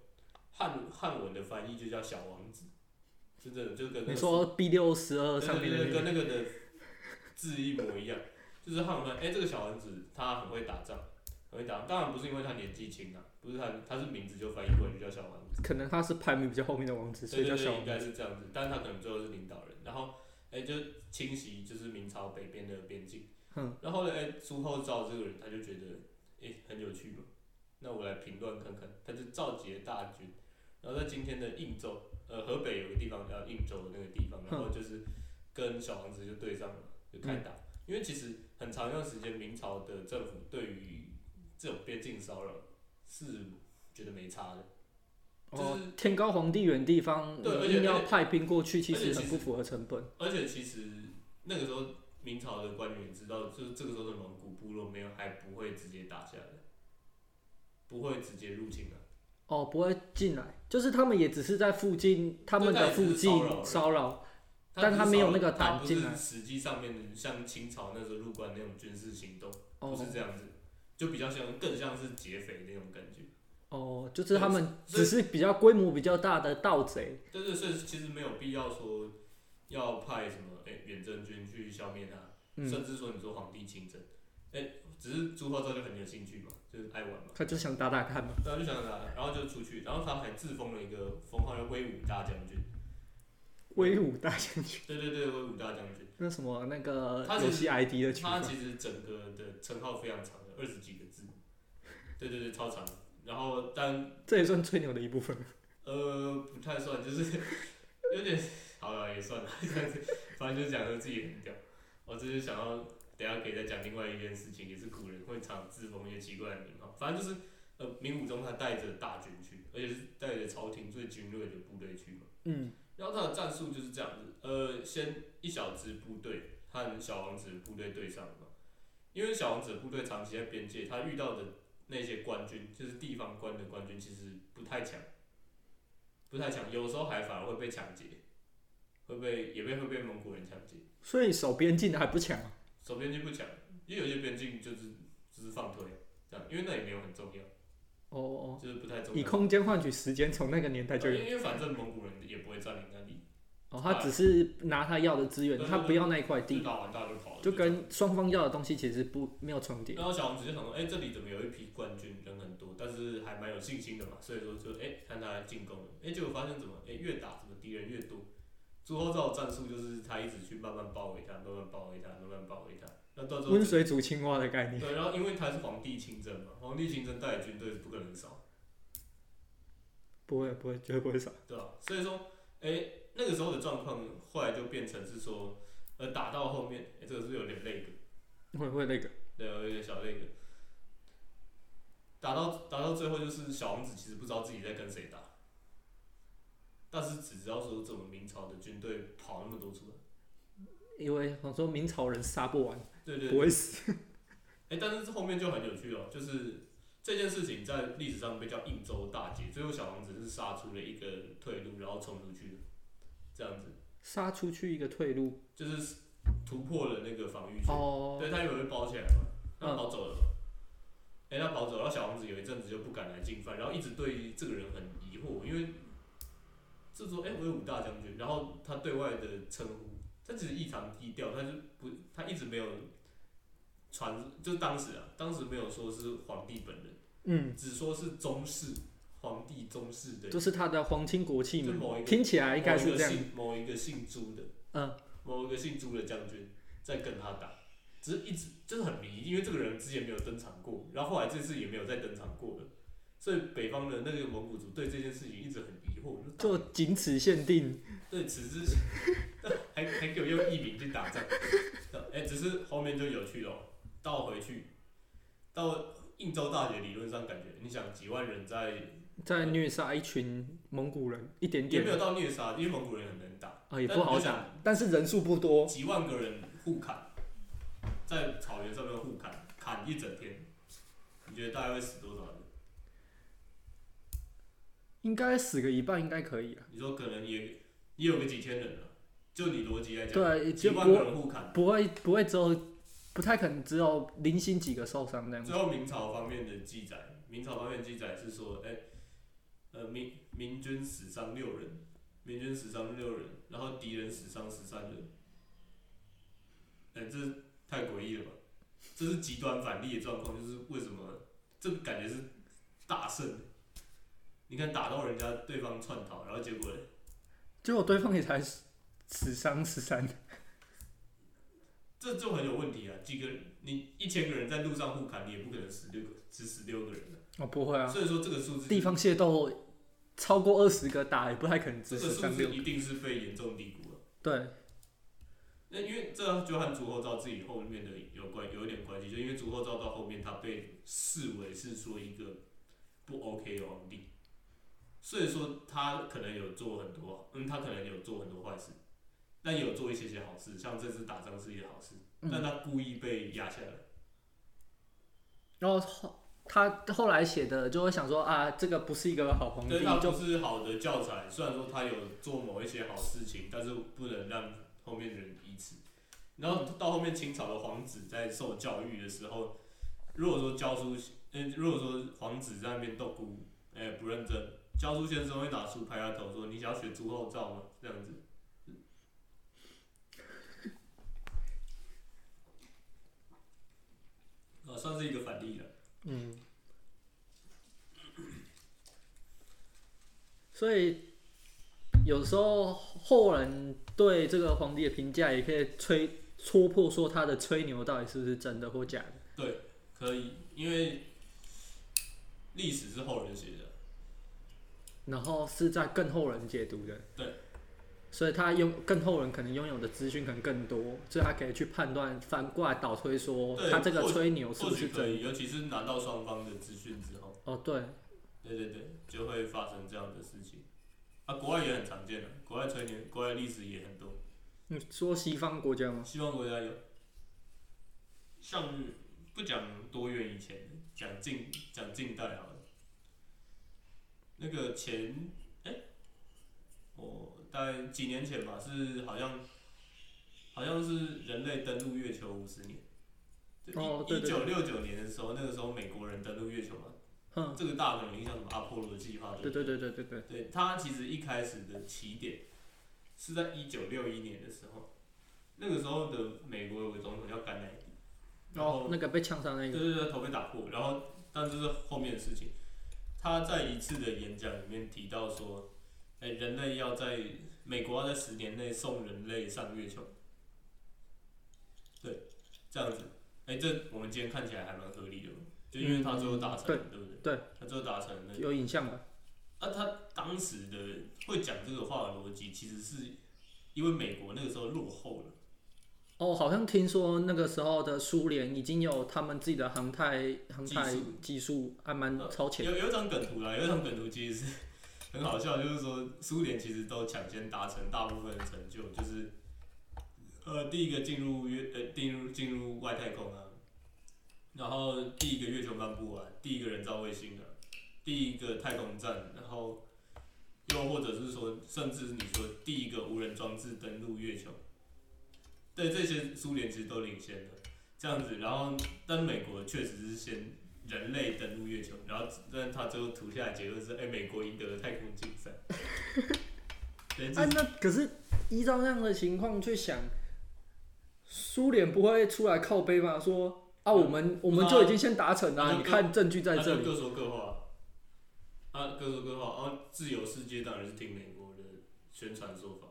Speaker 2: 汉汉文的翻译就叫小王子，真的就跟那个
Speaker 1: 你说 B 六十二
Speaker 2: 对
Speaker 1: 上
Speaker 2: 对
Speaker 1: 面的
Speaker 2: 对，
Speaker 1: 那
Speaker 2: 跟
Speaker 1: 个，
Speaker 2: 那个的字一模一样，就是汉文翻译。哎、这个小王子他很会打仗，很会打仗。当然不是因为他年纪轻啊，不是他，他是名字就翻译过来就叫小王子。
Speaker 1: 可能他是排名比较后面的王子，所
Speaker 2: 对
Speaker 1: 以
Speaker 2: 对
Speaker 1: 叫小
Speaker 2: 对，应
Speaker 1: 王。
Speaker 2: 该是这样子，但是他可能最后是领导人，然后哎、就侵袭就是明朝北边的边境，
Speaker 1: 嗯，
Speaker 2: 然后呢哎朱厚照这个人他就觉得哎、很有趣嘛，那我来评论看看，他就召集了大军，然后在今天的应州，呃河北有个地方叫应州的那个地方，然后就是跟小王子就对上了，就开打，
Speaker 1: 嗯
Speaker 2: 因为其实很长一段时间明朝的政府对于这种边境骚扰是觉得没差的，就是
Speaker 1: 哦，天高皇帝远地方，
Speaker 2: 对而
Speaker 1: 你
Speaker 2: 且
Speaker 1: 硬要派兵过去，
Speaker 2: 而
Speaker 1: 其
Speaker 2: 且
Speaker 1: 实
Speaker 2: 其
Speaker 1: 很
Speaker 2: 实
Speaker 1: 不符合成本。
Speaker 2: 而且其实那个时候明朝的官员知道，就是这个时候的蒙古部落没有还不会直接打下来，不会直接入侵啊的、
Speaker 1: 哦，不会进来，就是他们也只是在附近，他们的附近
Speaker 2: 对他也只是
Speaker 1: 骚扰。但
Speaker 2: 只是
Speaker 1: 他没有那个
Speaker 2: 少
Speaker 1: 胆
Speaker 2: 他不
Speaker 1: 进来
Speaker 2: 是实际上面的像清朝那时候入关那种军事行动，不
Speaker 1: 哦
Speaker 2: 是这样子，就比较像更像是劫匪那种感觉。
Speaker 1: 哦，就是他们
Speaker 2: 所以
Speaker 1: 只是比较规模比较大的盗贼。
Speaker 2: 但是所以其实没有必要说要派什么哎远征军去消灭他，
Speaker 1: 嗯，
Speaker 2: 甚至说你说皇帝亲征，哎、只是朱厚照就很有兴趣嘛，就是爱玩嘛。
Speaker 1: 他就想打打看嘛。
Speaker 2: 对啊，就想打，然后就出去，然后他还自封了一个封号叫威武大将军。
Speaker 1: 威武大将军，
Speaker 2: 对对对，威武大将军，
Speaker 1: 那什么那个
Speaker 2: 他其实
Speaker 1: 游戏 ID 的群
Speaker 2: 他
Speaker 1: 嘛，
Speaker 2: 其实整个的称号非常长的，二十几个字。对对对，超长。然后但
Speaker 1: 这也算吹牛的一部分。
Speaker 2: 呃不太算，就是 <laughs> 有点好了也算了， <laughs> 这样子，反正就讲说自己很屌。我只是想要等一下可以再讲另外一件事情，也是古人会常自封一些奇怪的名号。反正就是呃明武宗他带着大军去，而且是带着朝廷最精锐的部队去嘛。
Speaker 1: 嗯，
Speaker 2: 然后他的战术就是这样子，呃，先一小支部队和小王子的部队对上嘛，因为小王子的部队长期在边界，他遇到的那些官军，就是地方官的官军，其实不太强，不太强，有时候还反而会被抢劫，会被也被会被蒙古人抢劫，
Speaker 1: 所以守边境的还不强啊。
Speaker 2: 守边境不强，因为有些边境就是就是放推这样，因为那也没有很重要，
Speaker 1: 哦哦，
Speaker 2: 就是不太重
Speaker 1: 以
Speaker 2: 要，
Speaker 1: 空间换取时间，从那个年代就
Speaker 2: 呃
Speaker 1: 有。
Speaker 2: 因为反正蒙古人也不会占领那里，
Speaker 1: 哦，他只是拿他要的资源，
Speaker 2: 对对
Speaker 1: 他不要那一块
Speaker 2: 就
Speaker 1: 地，
Speaker 2: 打完大家就跑了，
Speaker 1: 就
Speaker 2: 这样
Speaker 1: 跟双方要的东西其实不没有重叠。
Speaker 2: 然后小王子就想说，哎、这里怎么有一批冠军，人很多，但是还蛮有信心的嘛，所以说就哎、看他来进攻了，哎、结果发现怎么，哎、越打怎么敌人越多。朱厚照的战术就是他一直去慢慢包围他，慢慢包围他，慢慢包围他。那到最后
Speaker 1: 温水煮青蛙的概 <laughs> 念。
Speaker 2: 对，然后因为他是皇帝亲征嘛，皇帝亲征带的军队是不可能少，
Speaker 1: 不会不会，绝对不会少。
Speaker 2: 对吧、所以说，哎、那个时候的状况后来就变成是说，呃，打到后面，哎、这个是不是有点那个？
Speaker 1: 会会那个，
Speaker 2: 对，有点小那个。打到打到最后，就是小王子其实不知道自己在跟谁打，但是只知道说怎么明朝的军队跑那么多出来，
Speaker 1: 因为想说明朝人杀不完，
Speaker 2: 对对
Speaker 1: 不会死。
Speaker 2: 哎、但是后面就很有趣哦，就是这件事情在历史上被叫应州大捷，最后小王子是杀出了一个退路，然后冲出去的，这样子
Speaker 1: 杀出去一个退路
Speaker 2: 就是突破了那个防御圈，
Speaker 1: 哦，
Speaker 2: 对他有被包起来嘛，他
Speaker 1: 嗯
Speaker 2: 跑走了嘛。哎、他跑走了，然后小王子有一阵子就不敢来进犯，然后一直对这个人很疑惑，因为就说哎、我有武大将军，然后他对外的称呼，他其实异常低调，他就不，他一直没有传，就当时啊，当时没有说是皇帝本人，
Speaker 1: 嗯，
Speaker 2: 只说是宗室，皇帝宗室的，
Speaker 1: 就是他的皇亲国戚
Speaker 2: 就
Speaker 1: 嘛，
Speaker 2: 某一个
Speaker 1: 听起来应该
Speaker 2: 某一
Speaker 1: 是
Speaker 2: 个
Speaker 1: 这样。
Speaker 2: 姓某一个姓朱的，
Speaker 1: 嗯，
Speaker 2: 某一个姓朱的将军在跟他打，只是一直就是很迷，因为这个人之前没有登场过，然后后来这次也没有再登场过了，所以北方的那个蒙古族对这件事情一直很疑惑，就
Speaker 1: 就仅此限定，
Speaker 2: 对此之 <laughs> 还还给我用艺名去打仗，哎、只是后面就有趣了，倒回去到应州大学理论上感觉，你想几万人在
Speaker 1: 在虐杀一群蒙古人，一点
Speaker 2: 也没
Speaker 1: 点
Speaker 2: 有到虐杀，因为蒙古人很能打，
Speaker 1: 啊也
Speaker 2: 但
Speaker 1: 不好
Speaker 2: 我想
Speaker 1: 打，但是人数不多，
Speaker 2: 几万个人互砍，在草原上面互砍，砍一整天，你觉得大概会死多少人？
Speaker 1: 应该死个一半应该可以啊。
Speaker 2: 你说可能也也有个几千人啊，就你逻辑来讲，
Speaker 1: 对，啊
Speaker 2: 几
Speaker 1: 就
Speaker 2: 万个
Speaker 1: 不
Speaker 2: 人互砍，
Speaker 1: 不会不会只有，不太可能只有零星几个受伤那样。
Speaker 2: 最后明朝方面的记载，明朝方面的记载是说，哎、呃，明明军死伤六人，明军死伤六人，然后敌人死伤十三人，哎、这太诡异了吧？这是极端反例的状况，就是为什么这个感觉是大胜？你看打到人家对方窜逃，然后结果嘞哎
Speaker 1: 结果对方也才死死伤十三，
Speaker 2: 这就很有问题啊！几个人，你一千个人在路上互砍，你也不可能十六个，只十六个人啊。
Speaker 1: 哦不会啊，
Speaker 2: 所以说这个数字
Speaker 1: 地方械斗超过二十个打也不太可能
Speaker 2: 这
Speaker 1: 只
Speaker 2: 个
Speaker 1: 死
Speaker 2: 数
Speaker 1: 伤
Speaker 2: 字
Speaker 1: 六。
Speaker 2: 一定是被严重低估了。
Speaker 1: 对，
Speaker 2: 那因为这就和朱厚照自己后面的有关，有一点关系，就因为朱厚照到后面他被视为是说一个不 OK 的皇帝，所以说他可能有做很多，嗯，他可能有做很多坏事，但也有做一些些好事，像这次打仗是一件好事，但他故意被压下来。
Speaker 1: 然后后他后来写的就会想说啊，这个不是一个好皇帝
Speaker 2: 对，，他
Speaker 1: 就
Speaker 2: 不是好的教材。虽然说他有做某一些好事情，但是不能让后面的人依此。然
Speaker 1: 嗯
Speaker 2: 后到后面清朝的皇子在受教育的时候，如果说教书，嗯、如果说皇子在那边斗孤，哎、不认真，教书先生会拿书拍他头说：“你想要学朱厚照吗？”这样子。呃、算是一个反例了。
Speaker 1: 嗯，所以有时候后人对这个皇帝的评价也可以吹戳破，说他的吹牛到底是不是真的或假的。
Speaker 2: 可以，因为历史是后人写的。
Speaker 1: 然后是在更后人解读的。
Speaker 2: 对。
Speaker 1: 所以他拥更后人可能拥有的资讯可能更多，所以他可以去判断翻过来倒推说
Speaker 2: 对
Speaker 1: 他这个
Speaker 2: 或许
Speaker 1: 吹牛哦是
Speaker 2: 或
Speaker 1: 不
Speaker 2: 许
Speaker 1: 是
Speaker 2: 可
Speaker 1: 真的。
Speaker 2: 以，尤其是拿到双方的资讯之后，
Speaker 1: 哦，对，
Speaker 2: 对对对，就会发生这样的事情。啊，国外也很常见的，国外吹牛，国外历史也很多，
Speaker 1: 你说西方国家吗？
Speaker 2: 西方国家有。像不讲多远以前，讲近讲近代好了。那个前哎、哦，大概几年前吧，是好像好像是人类登陆月球五十年。
Speaker 1: 哦对
Speaker 2: 一
Speaker 1: 对
Speaker 2: 九六九年的时候，那个时候美国人登陆月球嘛，
Speaker 1: 哼，
Speaker 2: 这个大可能影响什么阿波罗计划
Speaker 1: 哦对
Speaker 2: 的。
Speaker 1: 对对对对对，
Speaker 2: 对，它其实一开始的起点是在一九六一年的时候，那个时候的美国有个总统叫甘乃迪，然
Speaker 1: 哦
Speaker 2: 后，
Speaker 1: 那个被枪杀那
Speaker 2: 对
Speaker 1: 个，
Speaker 2: 对对，头被打破，然后但这是后面的事情。他在一次的演讲里面提到说，哎、人类要在美国要在十年内送人类上月球，对，这样子，哎、这我们今天看起来还蛮合理的嘛，就因为他最后达成了，对不对？
Speaker 1: 嗯对，
Speaker 2: 他最后达成了那个
Speaker 1: 有影像吧？
Speaker 2: 那、啊他当时的会讲这个话的逻辑，其实是因为美国那个时候落后了，
Speaker 1: 哦，好像听说那个时候的苏联已经有他们自己的航太航太
Speaker 2: 技术
Speaker 1: 技术，还蛮
Speaker 2: 呃
Speaker 1: 超前。
Speaker 2: 有有一张梗图啦，有一张梗图其实是很好笑，就是说苏联其实都抢先达成大部分的成就，就是呃第一个进入月呃进入进入外太空啊，然后第一个月球漫步啊，第一个人造卫星啊，第一个太空站，然后又或者是说，甚至你说第一个无人装置登陆月球，对这些苏联其实都领先的这样子，然后但美国确实是先人类登陆月球，然后但他最后吐下来的结论是，哎、美国赢得了太空竞赛。对，这
Speaker 1: 哎、那可是依照那样的情况去想，苏联不会出来靠背吗？说啊，我们我们就已经先达成了、
Speaker 2: 嗯那就
Speaker 1: 你看证据在
Speaker 2: 那
Speaker 1: 这里。
Speaker 2: 就啊各说各话啊，各说各话。然、后自由世界当然是听美国的宣传说法。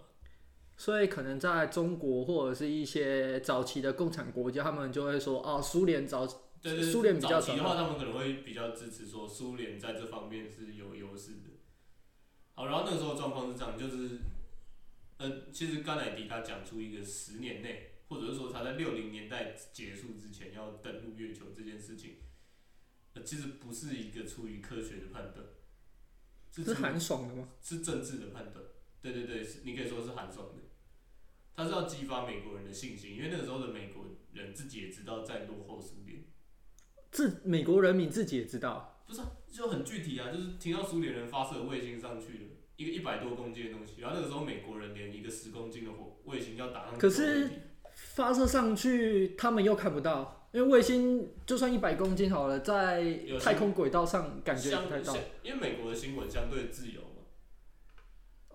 Speaker 1: 所以可能在中国或者是一些早期的共产国家，他们就会说哦，苏联早
Speaker 2: 对对，
Speaker 1: 苏联比较
Speaker 2: 早期的
Speaker 1: 传
Speaker 2: 话，他们可能会比较支持说苏联在这方面是有优势的。好，然后那个时候状况是这样，就是，呃，其实甘乃迪他讲出一个十年内，或者是说他在六零年代结束之前要登陆月球这件事情，呃，其实不是一个出于科学的判断，是
Speaker 1: 是
Speaker 2: 出于
Speaker 1: 很爽的吗？
Speaker 2: 是政治的判断。对对对，是你可以说是寒爽的。他是要激发美国人的信心，因为那个时候的美国人自己也知道在落后苏联，
Speaker 1: 自美国人民自己也知道，
Speaker 2: 不是、啊、就很具体啊，就是听到苏联人发射卫星上去了一个一百多公斤的东西，然后那个时候美国人连一个十公斤的火卫星要打上去，
Speaker 1: 可是发射上去他们又看不到，因为卫星就算一百公斤好了，在
Speaker 2: 有
Speaker 1: 太空轨道上感觉也
Speaker 2: 相
Speaker 1: 不太到
Speaker 2: 相。，因为美国的新闻相对自由嘛，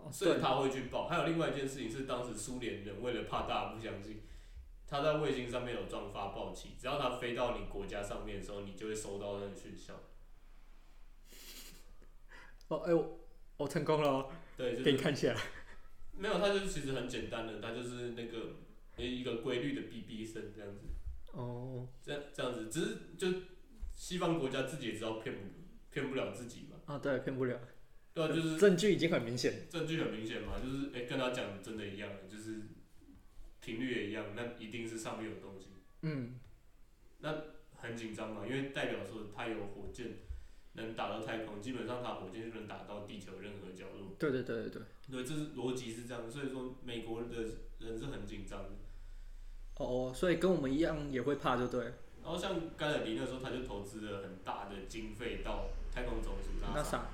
Speaker 1: 哦
Speaker 2: 所以
Speaker 1: 对，
Speaker 2: 他会去报。还有另外一件事情是，当时苏联人为了怕大家不相信，他在卫星上面有装发报器，只要它飞到你国家上面的时候，你就会收到那个讯息。
Speaker 1: 哦，哎、我我成功了哦，
Speaker 2: 对，就
Speaker 1: 给你
Speaker 2: 是
Speaker 1: 看起来。
Speaker 2: 没有，它就是其实很简单的，它就是那个一个规律的哔哔声这样子。
Speaker 1: 哦，
Speaker 2: 这样这样子，只是就西方国家自己也知道骗不骗不了自己嘛，
Speaker 1: 啊，对，骗不了，
Speaker 2: 对啊，就是
Speaker 1: 证据已经很明显。
Speaker 2: 证据很明显嘛，就是哎、诶跟他讲的真的一样，就是频率也一样，那一定是上面有东西，
Speaker 1: 嗯，
Speaker 2: 很紧张嘛，因为代表说他有火箭，能打到太空，基本上它火箭就能打到地球任何角落。
Speaker 1: 对对对对对。
Speaker 2: 对，这是逻辑是这样，所以说美国的人是很紧张的。
Speaker 1: 哦，所以跟我们一样也会怕，就对了。
Speaker 2: 然后像盖尔迪那时候，他就投资了很大的经费到太空总署
Speaker 1: 那
Speaker 2: NASA
Speaker 1: 啥，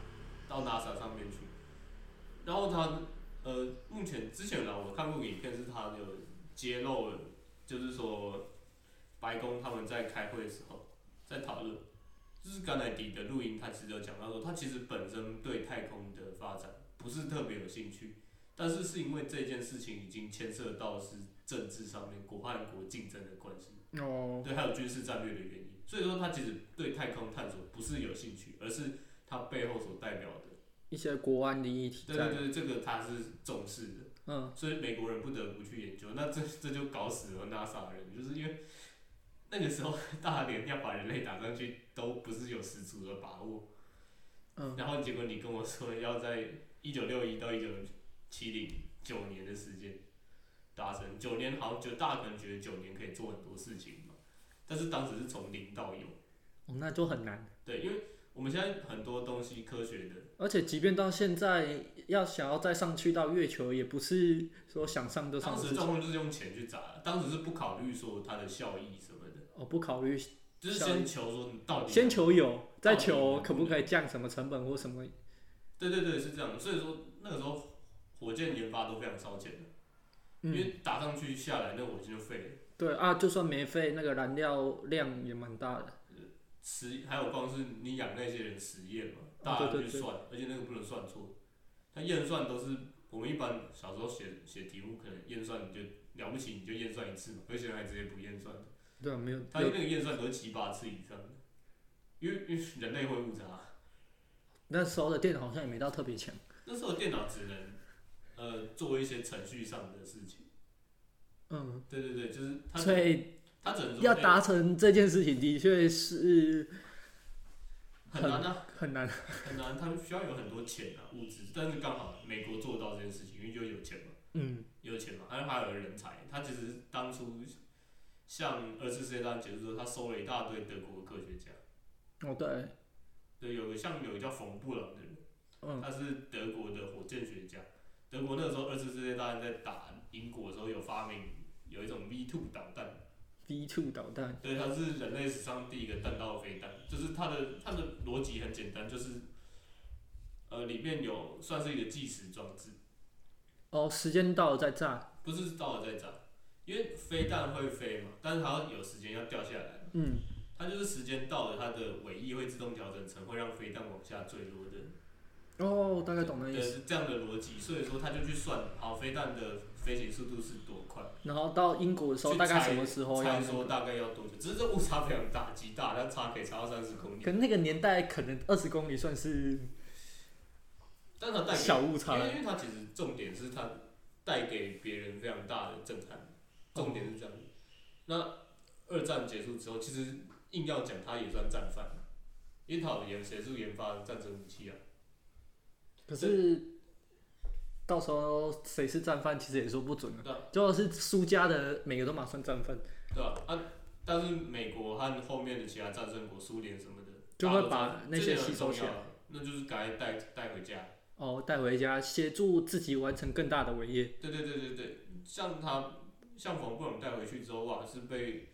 Speaker 2: 到 NASA 上面去。然后他呃，目前之前呢，我看过影片是他有揭露了，就是说白宫他们在开会的时候在讨论，就是甘乃迪的录音，他其实有讲到说，他其实本身对太空的发展不是特别有兴趣，但是是因为这件事情已经牵涉到是政治上面国和国竞争的关系，
Speaker 1: 哦，
Speaker 2: 对，还有军事战略的原因。所以说，他其实对太空探索不是有兴趣，而是他背后所代表的。
Speaker 1: 一些国安的议题
Speaker 2: 对
Speaker 1: 在，
Speaker 2: 对对，这个他是重视的，
Speaker 1: 嗯，
Speaker 2: 所以美国人不得不去研究。那这这就搞死了 NASA 人，就是因为那个时候大连要把人类打上去都不是有十足的把握。
Speaker 1: 嗯。
Speaker 2: 然后结果你跟我说要在一九六一到一九七零九年的时间达成，九年好像就大家可能觉得九年可以做很多事情嘛，但是当时是从零到有。
Speaker 1: 哦，那就很难。
Speaker 2: 对，因为我们现在很多东西科学的，
Speaker 1: 而且即便到现在，要想要再上去到月球，也不是说想上就上
Speaker 2: 当
Speaker 1: 得
Speaker 2: 时
Speaker 1: 去。
Speaker 2: 状况就是用钱去砸的，当时是不考虑说它的效益什么的，
Speaker 1: 哦，不考虑，
Speaker 2: 就是
Speaker 1: 效益
Speaker 2: 先求说你到底
Speaker 1: 先求有，再
Speaker 2: 到底
Speaker 1: 求
Speaker 2: 能
Speaker 1: 可
Speaker 2: 不
Speaker 1: 不可以降什么成本或什么。
Speaker 2: 对对对，是这样。所以说那个时候火箭研发都非常烧钱的，
Speaker 1: 嗯，
Speaker 2: 因为打上去下来，那火箭就废了。
Speaker 1: 对啊，就算没费，那个燃料量也蛮大的。
Speaker 2: 实还有光是你养那些人实验嘛，
Speaker 1: 哦
Speaker 2: 大家
Speaker 1: 对
Speaker 2: 去
Speaker 1: 对对
Speaker 2: 算，而且那个不能算错，它验算都是我们一般小时候写写题目，可能验算你就了不起你就验算一次嘛，有些人还直接不验算。
Speaker 1: 对啊，没有
Speaker 2: 他那
Speaker 1: 有，
Speaker 2: 个验算都是七八次以上的，因为因为人类会误差。
Speaker 1: 那时候的电脑好像也没到特别强。
Speaker 2: 那时候电脑只能呃做一些程序上的事情，
Speaker 1: 嗯，
Speaker 2: 对对对，就是它
Speaker 1: 所以
Speaker 2: 它只能做
Speaker 1: 要
Speaker 2: 那
Speaker 1: 达成这件事情，的确是
Speaker 2: 很难啊，
Speaker 1: 很难。
Speaker 2: 很难，他们需要有很多钱啊物质，但是刚好美国做到这件事情，因为就有钱嘛，
Speaker 1: 嗯，
Speaker 2: 有钱嘛，还有还有人才，他其实当初像二次世界大战结束之后，他收了一大堆德国的科学家，
Speaker 1: 哦对，
Speaker 2: 对，有个像有个叫冯布朗的人。
Speaker 1: 嗯，
Speaker 2: 他是德国的火箭学家。德国那时候二次世界大战在打英国的时候，有发明有一种 V two 导弹，
Speaker 1: v two 导弹，
Speaker 2: 对，它是人类史上第一个弹道飞弹。就是它的它的逻辑很简单，就是呃里面有算是一个计时装置，
Speaker 1: 哦，时间到了再炸。
Speaker 2: 不是到了再炸，因为飞弹会飞嘛，但是它要有时间要掉下来。
Speaker 1: 嗯，
Speaker 2: 它就是时间到了，它的尾翼会自动调整成会让飞弹往下坠落的
Speaker 1: 哦，大概懂的意
Speaker 2: 对，
Speaker 1: 思。
Speaker 2: 是这样的逻辑，所以说他就去算好飞弹的飞行速度是多快，
Speaker 1: 然后到英国的时候，大概什么时哦候要
Speaker 2: 猜
Speaker 1: 那
Speaker 2: 说
Speaker 1: 个？
Speaker 2: 大概要多久，只是这误差非常大，极大，它差可以差到三十公里，
Speaker 1: 可那个年代，可能二十公里算是
Speaker 2: 但它带
Speaker 1: 小
Speaker 2: 给，
Speaker 1: 误差
Speaker 2: 因为
Speaker 1: 了。
Speaker 2: 因为它其实重点是它带给别人非常大的震撼，重点是这样。那二战结束之后，其实硬要讲它也算战犯，因为它有研协助研发战争武器啊，
Speaker 1: 可是到时候谁是战犯，其实也说不准
Speaker 2: 对啊
Speaker 1: 了。就是输家的，每个都马上战犯，
Speaker 2: 对吧、啊？但是美国和后面的其他战胜国，苏联什么的，
Speaker 1: 就
Speaker 2: 大家
Speaker 1: 会
Speaker 2: 都
Speaker 1: 把那些吸收起来，
Speaker 2: 啊那就是赶快带带回家。
Speaker 1: 哦，带回家协助自己完成更大的伟业。
Speaker 2: 对对对对对，像他像冯布朗带回去之后，哇，是被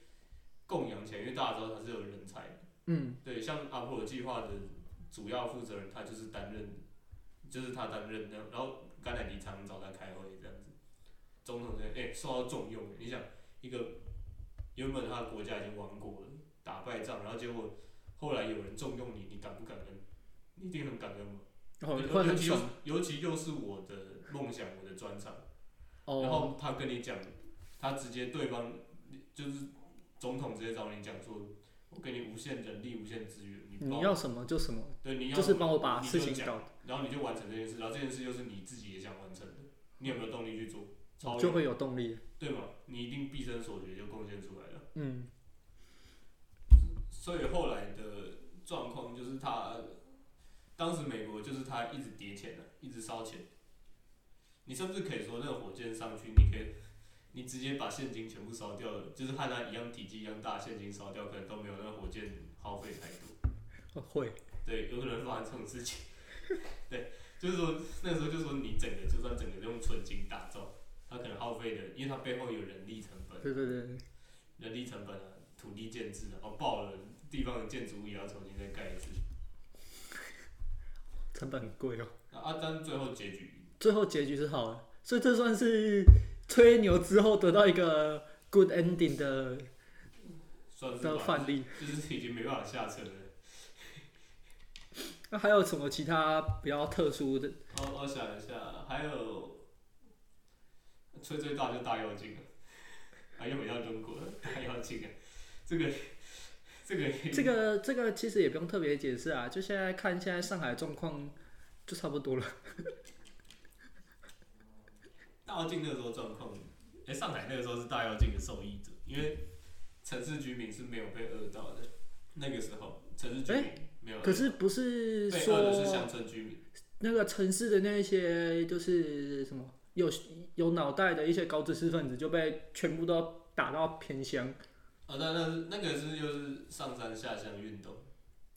Speaker 2: 供养起来，因为大家知道他是有人才的。
Speaker 1: 嗯，
Speaker 2: 对，像阿波罗计划的主要负责人，他就是担任，就是他担任的。然后甘乃迪常常找他开会这样子，总统哎、欸、受到重用，你想一个原本他的国家已经亡国了，打败仗，然后结果后来有人重用你，你感不感恩？你一定很感恩嘛。
Speaker 1: 然后
Speaker 2: 尤
Speaker 1: 哦会
Speaker 2: 尤
Speaker 1: 很
Speaker 2: 其又
Speaker 1: 爽
Speaker 2: 是。尤其又是我的梦想，我的专长。然
Speaker 1: 哦，
Speaker 2: 后他跟你讲，他直接对方就是总统直接找你讲说，我给你无限人力、无限资源，你
Speaker 1: 你
Speaker 2: 报
Speaker 1: 要什么就什么，
Speaker 2: 对你要
Speaker 1: 就是帮我把
Speaker 2: 你
Speaker 1: 事
Speaker 2: 就
Speaker 1: 情
Speaker 2: 讲
Speaker 1: 搞，
Speaker 2: 然后你就完成这件事，然后这件事又是你自己也想完成的，你有没有动力去做？超
Speaker 1: 就
Speaker 2: 越
Speaker 1: 会有动力。
Speaker 2: 对嘛？你一定毕生所学就贡献出来了。
Speaker 1: 嗯，
Speaker 2: 所以后来的状况就是他，当时美国就是他一直叠钱啊，一直烧钱。你甚至可以说，那个火箭上去，你可以，你直接把现金全部烧掉了，就是和它一样体积一样大，现金烧掉，可能都没有那个火箭耗费太多。
Speaker 1: 哦会。
Speaker 2: 对，有可能会发生这种事情。 <laughs> 对，就是说那时候就说你整个就算整个用纯金打造，它可能耗费的，因为它背后有人力成本，
Speaker 1: 对对对，
Speaker 2: 人力成本啊，土地建制啊，哦爆了，地方的建筑物也要重新再盖一次。
Speaker 1: 成本很贵哦。
Speaker 2: 啊啊，但最后结局
Speaker 1: 最后结局是好的，所以这算是吹牛之后得到一个 good ending 的
Speaker 2: 算是
Speaker 1: 的
Speaker 2: 吧
Speaker 1: 范例。
Speaker 2: 就是已经没办法下车了。
Speaker 1: 那还有什么其他比较特殊
Speaker 2: <laughs>
Speaker 1: 的？
Speaker 2: 我我哦想一下，还有吹最大就大妖精啊，啊又回到中国了，大妖精啊，这个这个
Speaker 1: 这个这个其实也不用特别解释啊，就现在看现在上海状况就差不多了。
Speaker 2: 大妖精那个时候状况，哎、上海那个时候是大妖精的受益者，因为城市居民是没有被饿到的，那个时候城市居民没有饿到，
Speaker 1: 可是不是
Speaker 2: 被饿的是
Speaker 1: 说
Speaker 2: 乡村居民，
Speaker 1: 那个城市的那些就是什么有有脑袋的一些高知识分子就被全部都打到偏乡
Speaker 2: 啊，那那那个是又是上山下乡运动。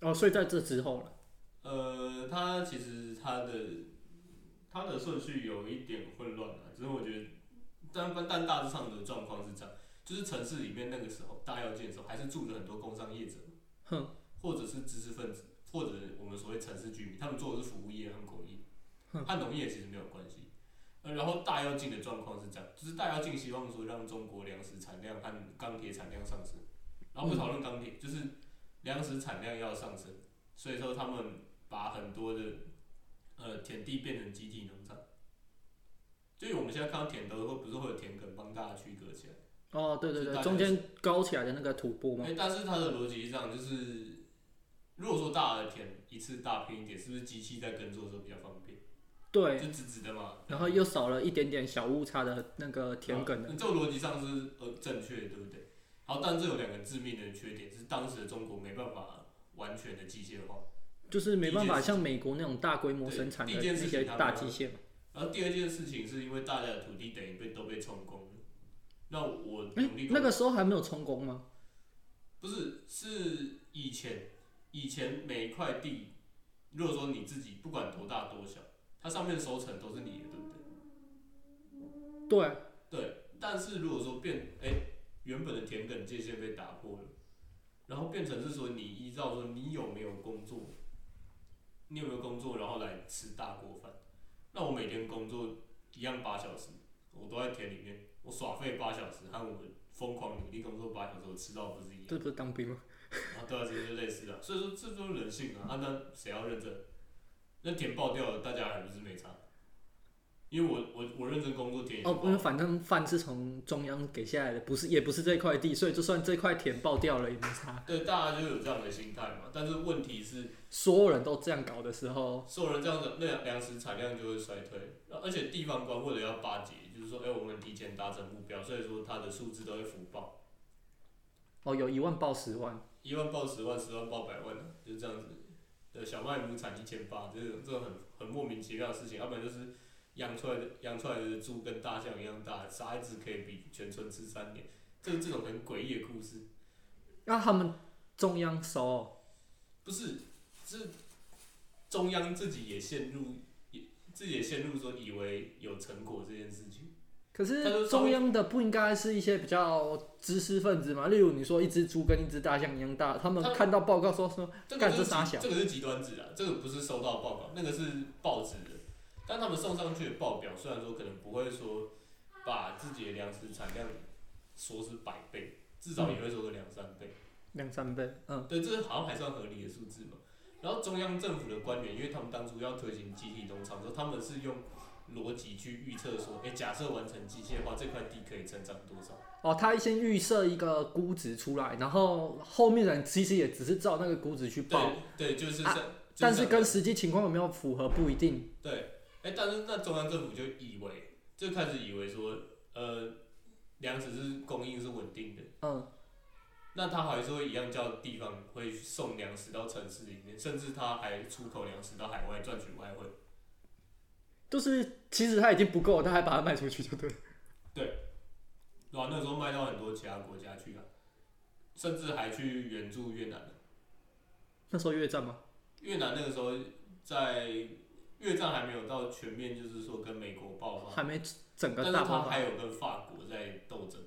Speaker 1: 哦，所以在这之后了，
Speaker 2: 呃，它其实它的它的顺序有一点混乱啊，只是我觉得，但但但大致上的状况是这样，就是城市里面那个时候大要建的时候，还是住着很多工商业者，
Speaker 1: 哼，
Speaker 2: 或者是知识分子，或者我们所谓城市居民，他们做的是服务业和工业，和农业其实没有关系。呃，然后大要进的状况是这样，就是大要进希望说让中国粮食产量和钢铁产量上升，然后不讨论钢铁，就是粮食产量要上升，所以说他们把很多的呃田地变成集体农场。就是我们现在看到田都会不是会有田埂帮大家区隔起来，
Speaker 1: 哦，对对
Speaker 2: 是
Speaker 1: 对，
Speaker 2: 大概
Speaker 1: 中间高起来的那个土坡嘛
Speaker 2: 哎、，但是它的逻辑是这样，就是如果说大的田一次大片一点，是不是机器在耕作的时候比较方便？
Speaker 1: 对，
Speaker 2: 就直直的嘛。
Speaker 1: 然后又少了一点点小误差的那个田埂的
Speaker 2: 啊，这个逻辑上是呃正确的，对不对？好，但这有两个致命的缺点，是当时的中国没办法完全的机械化。
Speaker 1: 就是没办法像美国那种大规模生产的
Speaker 2: 对第一
Speaker 1: 那
Speaker 2: 件事
Speaker 1: 些
Speaker 2: 情他们
Speaker 1: 大机械嘛。
Speaker 2: 然后第二件事情是因为大家的土地等于被都被充公了，那我
Speaker 1: 哎、
Speaker 2: 努力
Speaker 1: 那个时候还没有充公吗？
Speaker 2: 不是，是以前以前每一块地，如果说哎你自己不管多大多小，它上面收成都是你的，对不对？
Speaker 1: 对啊，
Speaker 2: 对。但是如果说变，哎、原本的田埂界限被打破了，然后变成是说你依照说你有没有工作，你有没有工作，然后来吃大锅饭。那我每天工作一样八小时，我都在田里面，我耍废八小时，和我疯狂努力工作八小时，我吃到的不是一样？
Speaker 1: 这不是当兵吗？
Speaker 2: 啊，对啊，其实就类似的，所以说这都是人性啊。啊，那谁要认证？那田爆掉了，大家还不是没差？因为我我我认真工作，田已经
Speaker 1: 哦，
Speaker 2: 爆
Speaker 1: 不是，
Speaker 2: 了，
Speaker 1: 反正饭是从中央给下来的，不是也不是这块地，所以就算这块田爆掉了也没差。
Speaker 2: 对，大家就有这样的心态嘛。但是问题是，
Speaker 1: 所有人都这样搞的时候，
Speaker 2: 所有人这样的，那粮食产量就会衰退，而且地方官为了要巴结，就是说，哎、我们提前达成目标，所以说它的数字都会浮报，
Speaker 1: 哦，有一万爆十万，
Speaker 2: 一万报十万，十万报百万啊，就是这样子。对，小麦亩产一千八，这种这种很很莫名其妙的事情，要不然就是养出来的养出来的猪跟大象一样大，杀一只可以比全村吃三年，这这种很诡异的故事，
Speaker 1: 那、他们中央收哦、
Speaker 2: 不是是中央自己也陷入也自己也陷入说以为有成果这件事情，
Speaker 1: 可
Speaker 2: 他
Speaker 1: 是
Speaker 2: 就稍
Speaker 1: 中
Speaker 2: 微
Speaker 1: 央的不应该是一些比较知识分子嘛？例如你说一只猪跟一只大象一样大，他们
Speaker 2: 他
Speaker 1: 看到报告说说
Speaker 2: 这个
Speaker 1: 干
Speaker 2: 就是
Speaker 1: 这傻
Speaker 2: 极
Speaker 1: 小
Speaker 2: 这个是极端值啊，这个不是收到报告，那个是报纸的，但他们送上去的报表虽然说可能不会说把自己的粮食产量说是百倍，至少
Speaker 1: 嗯
Speaker 2: 也会说个两三倍。
Speaker 1: 两三倍，嗯，
Speaker 2: 对，这好像还算合理的数字嘛。然后中央政府的官员，因为他们当初要推行集体农场的时候，他们是用逻辑去预测说，哎，假设完成机械化，这块地可以成长多少？
Speaker 1: 哦，他先预设一个估值出来，然后后面的人其实也只是照那个估值去报，
Speaker 2: 对对，就是这
Speaker 1: 啊
Speaker 2: 样。就
Speaker 1: 但
Speaker 2: 这
Speaker 1: 是
Speaker 2: 样
Speaker 1: 跟实际情况有没有符合不一定。
Speaker 2: 对，哎、但是那中央政府就以为，就开始以为说，呃，粮食是供应是稳定的，
Speaker 1: 嗯，
Speaker 2: 那他还是会一样叫地方会送粮食到城市里面，甚至他还出口粮食到海外赚取外汇。
Speaker 1: 就是其实他已经不够，他还把它卖出去就对了。 <laughs>
Speaker 2: 对啊，那时候卖到很多其他国家去啊，甚至还去援助越南。
Speaker 1: 那时候越战吗？
Speaker 2: 越南那个时候在越战还没有到全面，就是说跟美国爆发，
Speaker 1: 还没整个
Speaker 2: 哦但是
Speaker 1: 大爆
Speaker 2: 他
Speaker 1: 发
Speaker 2: 还有跟法国在斗争。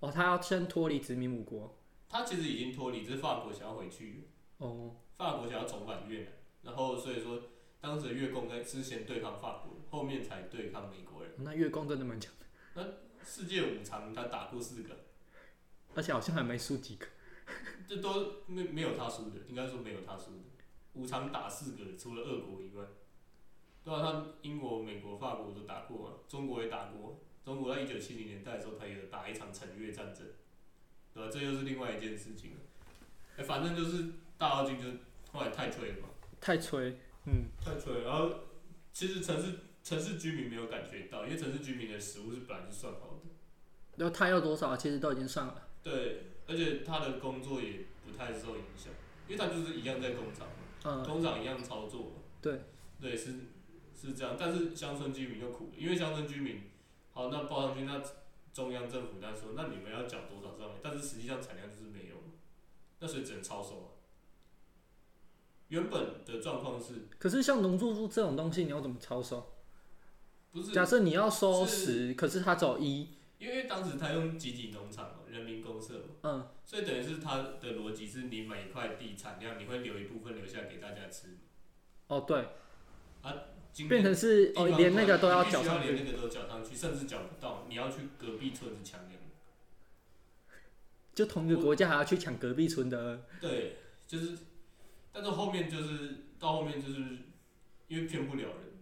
Speaker 1: 哦，他要先脱离殖民母国
Speaker 2: 他其实已经脱离，只是法国想要回去，
Speaker 1: 哦，
Speaker 2: 法国想要重返越南，然后所以说当时的越共在之前对抗法国人，后面才对抗美国人。
Speaker 1: 那月供真的蛮强，
Speaker 2: 世界五常他打过四个，
Speaker 1: 而且好像还没输几个，
Speaker 2: 这都没没有他输的，应该说没有他输的。五常打四个，除了俄国以外，对啊，他英国、美国、法国都打过啊，中国也打过。中国在一九七零年代的时候，他也有打一场陈越战争，对吧、啊这又是另外一件事情了。哎、反正就是大跃进就后来太吹了嘛，
Speaker 1: 太吹，嗯，
Speaker 2: 太吹了。然后其实城市城市居民没有感觉到，因为城市居民的食物是本来就算好的。
Speaker 1: 然后他要多少其实都已经算了，
Speaker 2: 对，而且他的工作也不太受影响，因为他就是一样在工厂嘛，
Speaker 1: 嗯，
Speaker 2: 工厂一样操作嘛。
Speaker 1: 对，
Speaker 2: 对，是是这样，但是乡村居民又苦了，因为乡村居民，好，那报上去，那中央政府那说，那你们要缴多少上来？但是实际上产量就是没有嘛，那所以只能超收啊。原本的状况是
Speaker 1: 可是像农作物这种东西，你要怎么超收？
Speaker 2: 不是
Speaker 1: 假设你要收
Speaker 2: 是
Speaker 1: 十，可是他走一，
Speaker 2: 因为当时他用集体农场嘛，人民公社嘛，
Speaker 1: 嗯，
Speaker 2: 所以等于是他的逻辑是你买一块地产量，你会留一部分留下给大家吃。
Speaker 1: 哦对，
Speaker 2: 今
Speaker 1: 变
Speaker 2: 天
Speaker 1: 成是
Speaker 2: 地
Speaker 1: 哦
Speaker 2: 方
Speaker 1: 连那
Speaker 2: 官
Speaker 1: 个都
Speaker 2: 你
Speaker 1: 要
Speaker 2: 必须
Speaker 1: 缴上去，
Speaker 2: 连那个都缴上去，甚至缴不到，你要去隔壁村子抢粮。
Speaker 1: 就同一个国家还要去抢隔壁村的，
Speaker 2: 对，就是，但是后面就是到后面就是因为骗不了人，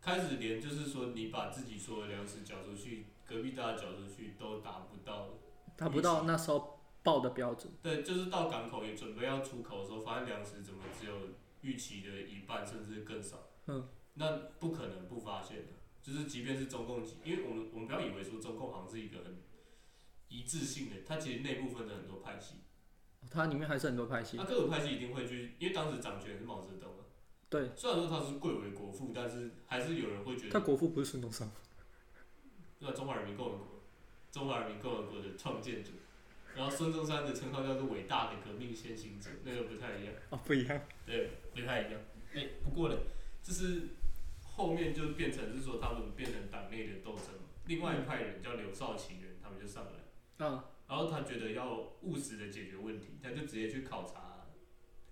Speaker 2: 开始连就是说你把自己所有粮食缴出去，隔壁大家缴出去都达不到。
Speaker 1: 达不到那时候报的标准，
Speaker 2: 对，就是到港口也准备要出口的时候，发现粮食怎么只有预期的一半甚至更少。
Speaker 1: 嗯，
Speaker 2: 那不可能不发现的，就是即便是中共集，因为我们我们不要以为说中共好像是一个很一致性的，它其实内部分成很多派系，
Speaker 1: 它里面还是很多派系
Speaker 2: 那，各个派系一定会去，因为当时掌权是毛泽东啊。
Speaker 1: 对，
Speaker 2: 虽然说他是贵为国父，但是还是有人会觉
Speaker 1: 他
Speaker 2: 得，
Speaker 1: 国父不是孙中山。
Speaker 2: 那中华人民共和国，中华人民共和国的创建者，然后孙中山的称号叫做伟大的革命先行者，那个不太一样。
Speaker 1: 哦，不一
Speaker 2: <laughs>
Speaker 1: 样。
Speaker 2: 对，不太一样。哎、不过呢，就是后面就变成是说他们变成党内的斗争嘛。另外一派人叫刘少奇人，他们就上来，
Speaker 1: 嗯，
Speaker 2: 然后他觉得要务实的解决问题，他就直接去考察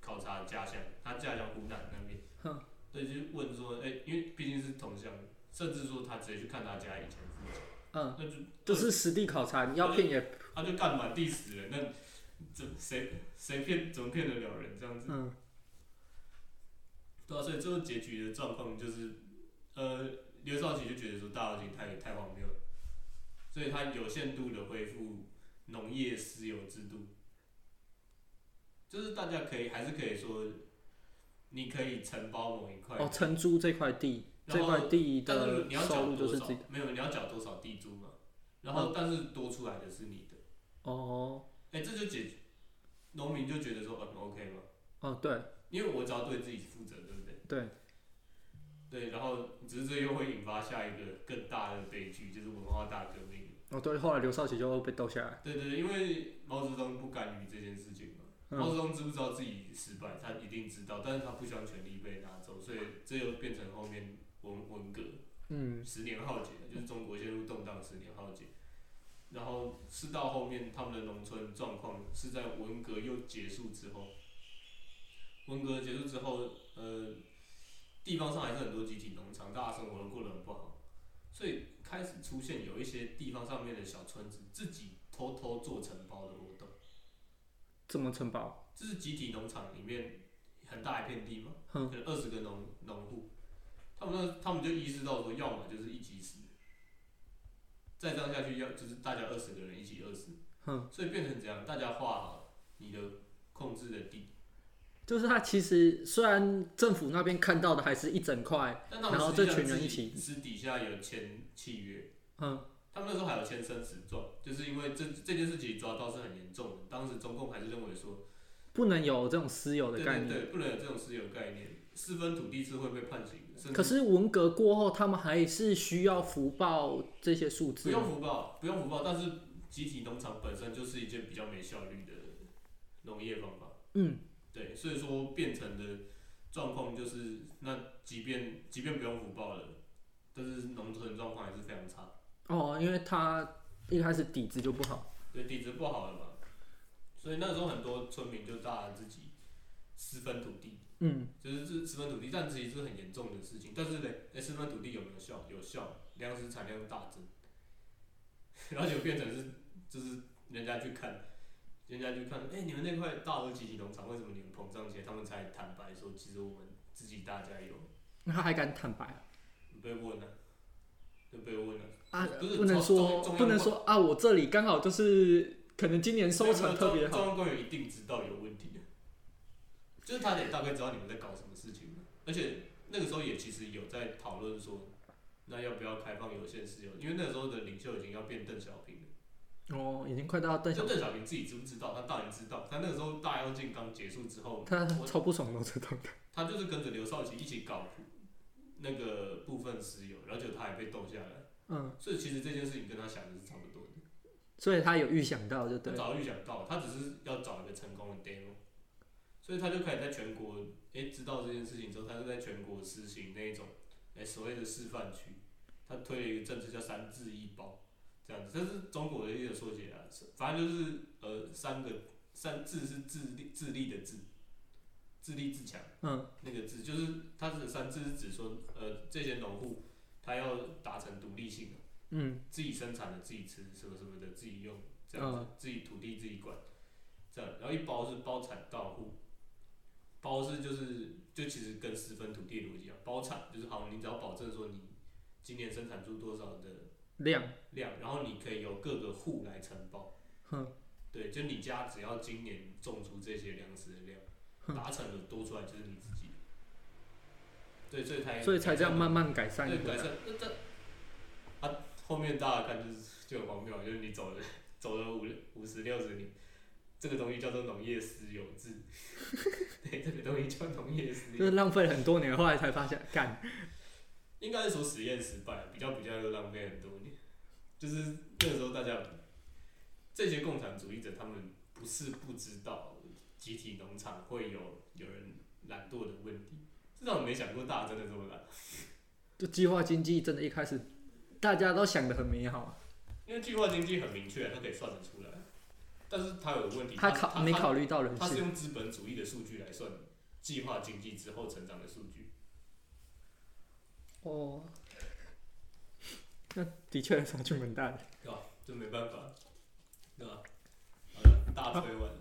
Speaker 2: 考察家乡，他家乡湖南那边
Speaker 1: 哼，
Speaker 2: 对，就问说，哎、因为毕竟是同乡，甚至说他直接去看他家以前父亲，
Speaker 1: 嗯，
Speaker 2: 那就
Speaker 1: 就是实地考察，你要骗也，
Speaker 2: 他就干满地死人，那怎谁谁骗怎么骗得了人这样子？
Speaker 1: 嗯，
Speaker 2: 对啊，所以最后结局的状况就是，呃，刘少奇就觉得说大跃进太太荒谬了，所以他有限度的恢复农业私有制度，就是大家可以还是可以说，你可以承包某一块，
Speaker 1: 哦，承租这块地，
Speaker 2: 然
Speaker 1: 这
Speaker 2: 后
Speaker 1: 块地
Speaker 2: 但是
Speaker 1: 的
Speaker 2: 你要
Speaker 1: 收
Speaker 2: 缴
Speaker 1: 入就
Speaker 2: 多
Speaker 1: 是
Speaker 2: 少
Speaker 1: 自己，？
Speaker 2: 没有，你要缴多少地租嘛？然后但是多出来的是你的，
Speaker 1: 哦，
Speaker 2: 哎、这就解决，农民就觉得说，嗯，OK 嘛，
Speaker 1: 哦，对
Speaker 2: 因为我只要对自己负责，对不对？
Speaker 1: 对，
Speaker 2: 对，然后只是这又会引发下一个更大的悲剧，就是文化大革命。
Speaker 1: 哦对，后来刘少奇就被斗下来，
Speaker 2: 对对，因为毛泽东不干预这件事情嘛，毛
Speaker 1: 嗯，
Speaker 2: 泽东知不知道自己失败，他一定知道，但是他不希望权力被拿走，所以这又变成后面文文革
Speaker 1: 嗯，
Speaker 2: 十年浩劫，就是中国陷入动荡十年浩劫。然后是到后面他们的农村状况是在文革又结束之后，文革结束之后，呃，地方上还是很多集体农场，大家生活都过得很不好，所以开始出现有一些地方上面的小村子自己偷偷做承包的活动，
Speaker 1: 怎么承包？
Speaker 2: 这是集体农场里面很大一片地嘛，
Speaker 1: 哼
Speaker 2: 可能二十个农农户，他们那他们就意识到说，要么就是一起死，再这样下去要就是大家二十个人一起饿死，
Speaker 1: 哼，
Speaker 2: 所以变成这样，大家画好你的控制的地，
Speaker 1: 就是他其实虽然政府那边看到的还是一整块，
Speaker 2: 但他们
Speaker 1: 然后
Speaker 2: 实际
Speaker 1: 这
Speaker 2: 上
Speaker 1: 群人
Speaker 2: 自己
Speaker 1: 一起
Speaker 2: 私底下有签契约，
Speaker 1: 嗯，
Speaker 2: 他们那时候还有签生死状，就是因为这这件事情抓到是很严重的，当时中共还是认为说。
Speaker 1: 不能有这种私有的
Speaker 2: 对
Speaker 1: 概
Speaker 2: 对
Speaker 1: 念。
Speaker 2: 对，不能有这种私有概念，私分土地是会被判刑的，甚
Speaker 1: 可
Speaker 2: 至
Speaker 1: 是文革过后，他们还是需要福报这些数
Speaker 2: 不
Speaker 1: 字
Speaker 2: 用福报，不用福报。但是集体农场本身就是一件比较没效率的农业方法，
Speaker 1: 嗯，
Speaker 2: 对，所以说变成的状况就是，那即便即便不用福报了，但是农村状况还是非常差，
Speaker 1: 哦，因为他一开始底子就不好，
Speaker 2: 对底子不好了嘛，所以那时候很多村民就大家自己私分土地，
Speaker 1: 嗯，
Speaker 2: 就是这私分土地，但其实是很严重的事情。但是呢，哎、私分土地有没有效？有效，粮食产量大增， <laughs> 然后就变成是，就是人家去看，人家去看，哎、你们那块大额集体农场为什么你们膨胀起来？他们才坦白说，其实我们自己大家有
Speaker 1: 那他还敢坦白啊？
Speaker 2: 被问了、就被问了、
Speaker 1: 啊
Speaker 2: 不是
Speaker 1: 不能
Speaker 2: 中
Speaker 1: 说
Speaker 2: 中
Speaker 1: 不能说啊，我这里刚好就是可能今年收
Speaker 2: 没有
Speaker 1: 成特别好
Speaker 2: 中，中央官员一定知道有问题的，就是他得大概知道你们在搞什么事情嘛。而且那个时候也其实有在讨论说，那要不要开放有限私有？因为那个时候的领袖已经要变邓小平了。
Speaker 1: 哦，已经快到邓小
Speaker 2: 就，邓小平自己知不知道？他当然知道。他那个时候大跃进刚结束之后，
Speaker 1: 他
Speaker 2: 我
Speaker 1: 超不爽龙泽东的，
Speaker 2: 他就是跟着刘少奇一起搞那个部分私有，然后结果他还被斗下来。
Speaker 1: 嗯，
Speaker 2: 所以其实这件事情跟他想的是差不多的。
Speaker 1: 所以他有预想到就
Speaker 2: 他
Speaker 1: 对了，
Speaker 2: 早就预想到，他只是要找一个成功的 demo，所以他就开始在全国，哎、知道这件事情之后，他就在全国实行那一种，哎、所谓的示范区，他推了一个政策叫“三治一包”这样子，这是中国的一个缩写啊，是反正就是呃三个三治是智力智力的智，自立自强。
Speaker 1: 嗯，
Speaker 2: 那个字，就是它的三字是指说，呃，这些农户他要达成独立性，
Speaker 1: 嗯，
Speaker 2: 自己生产的自己吃，什么什么的自己用，这样子，
Speaker 1: 嗯
Speaker 2: 自己土地自己管，这样，然后一包是包产到户，包是就是就其实跟私分土地逻辑一样，包产就是好，你只要保证说你今年生产出多少的
Speaker 1: 量，
Speaker 2: 量，然后你可以由各个户来承包。
Speaker 1: 嗯
Speaker 2: 对，就你家只要今年种出这些粮食的量，
Speaker 1: 嗯
Speaker 2: 达成了多出来就是你自己的。对，所以才
Speaker 1: 所以才这样慢慢改善
Speaker 2: 对
Speaker 1: 的
Speaker 2: 改，善。那这啊，后面大家看就是就很荒谬，就是你走了走了五五十六十年，这个东西叫做农业私有制， <laughs> 对，这个东西叫农业私有制
Speaker 1: 就是浪费了很多年，后来才发现，干，
Speaker 2: 应该是说实验失败，啊比较比较又浪费很多年。就是那个时候大家这些共产主义者，他们不是不知道集体农场会有有人懒惰的问题，至少没想过大家真的这么懒。
Speaker 1: 就计划经济真的一开始大家都想的很美好啊，
Speaker 2: 因为计划经济很明确，它可以算得出来，但是它有问题，
Speaker 1: 他
Speaker 2: 它
Speaker 1: 考
Speaker 2: 它
Speaker 1: 没
Speaker 2: 它
Speaker 1: 考虑到人
Speaker 2: 它是
Speaker 1: 性，
Speaker 2: 用资本主义的数据来算计划经济之后成长的数据。
Speaker 1: 哦，那的确差距蛮大的。
Speaker 2: 对吧？这没办法，对吧？好了，大推完了，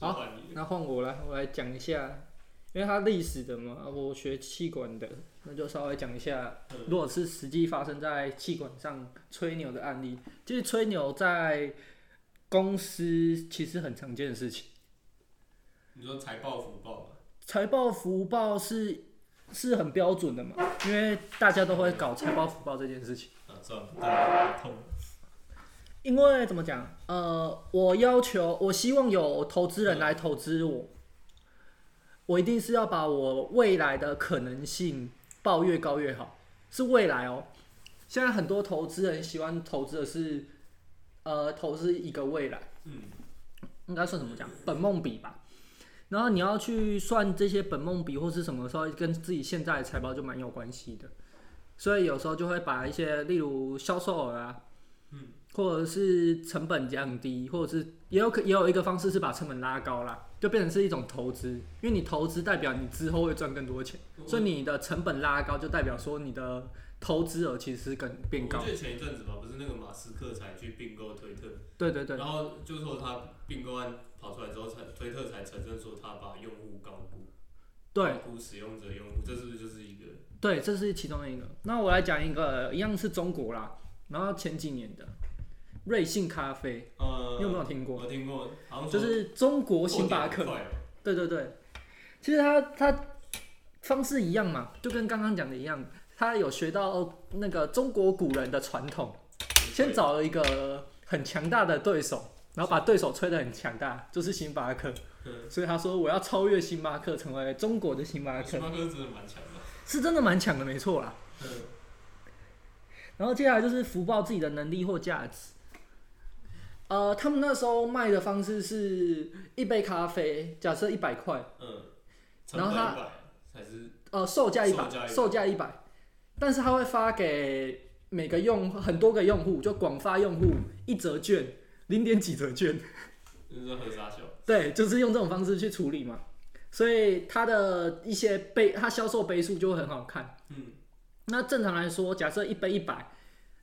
Speaker 1: 好
Speaker 2: 说完你了
Speaker 1: 那换我来，我来讲一下，因为它历史的嘛，啊我学气管的，那就稍微讲一下。
Speaker 2: 嗯
Speaker 1: 如果是实际发生在气管上吹牛的案例，其实吹牛在公司其实很常见的事情。
Speaker 2: 你说财报福报嘛？
Speaker 1: 财报福报是是很标准的嘛，因为大家都会搞财报福报这件事情。
Speaker 2: 啊，算了，大家痛。
Speaker 1: 因为怎么讲，呃，我要求，我希望有投资人来投资我，我一定是要把我未来的可能性报越高越好，是未来哦。现在很多投资人喜欢投资的是，呃，投资一个未来，
Speaker 2: 嗯，
Speaker 1: 应该算怎么讲，本梦比吧。然后你要去算这些本梦比或是什么时候，跟自己现在的财报就蛮有关系的。所以有时候就会把一些，例如销售额啊，
Speaker 2: 嗯，
Speaker 1: 或者是成本降低，或者是也有可也有一个方式是把成本拉高啦，就变成是一种投资，因为你投资代表你之后会赚更多钱，
Speaker 2: 嗯
Speaker 1: 所以你的成本拉高就代表说你的投资额其实是更变高
Speaker 2: 我。记得前一阵子吧，不是那个马斯克才去并购推特，
Speaker 1: 对对对，
Speaker 2: 然后就说他并购案跑出来之后，才推特才承认说他把用户高估，
Speaker 1: 对，
Speaker 2: 高估使用者用户，这是不是就是一个？
Speaker 1: 对，这是其中一个。那我来讲一个，呃一样是中国啦，然后前几年的瑞幸咖啡，
Speaker 2: 呃，
Speaker 1: 你有没有听过？
Speaker 2: 我听过，好像
Speaker 1: 就
Speaker 2: 说
Speaker 1: 是嗯中国
Speaker 2: 过
Speaker 1: 星巴
Speaker 2: 点很
Speaker 1: 克，
Speaker 2: 快啊吧
Speaker 1: 对对对，其实它它方式一样嘛，就跟刚刚讲的一样，它有学到那个中国古人的传统，先找了一个很强大的对手，然后把对手吹得很强大，就是星巴克。
Speaker 2: 嗯
Speaker 1: 所以他说我要超越星巴克，成为中国的星巴克
Speaker 2: 星，巴克真的蛮强的。
Speaker 1: 是真的蛮强的，没错啦。
Speaker 2: 嗯
Speaker 1: 然后接下来就是福报自己的能力或价值。呃，他们那时候卖的方式是一杯咖啡，假设一百块，
Speaker 2: 嗯，
Speaker 1: 然后他
Speaker 2: 成本还是
Speaker 1: 呃，售价一
Speaker 2: 售价
Speaker 1: 百，
Speaker 2: 100
Speaker 1: 售价一百，但是他会发给每个用很多个用户，就广发用户一折券，零点几折券，
Speaker 2: 就是喝沙小？
Speaker 1: 对，就是用这种方式去处理嘛。所以它的一些杯，它销售杯数就会很好看。
Speaker 2: 嗯，
Speaker 1: 那正常来说，假设一杯一百，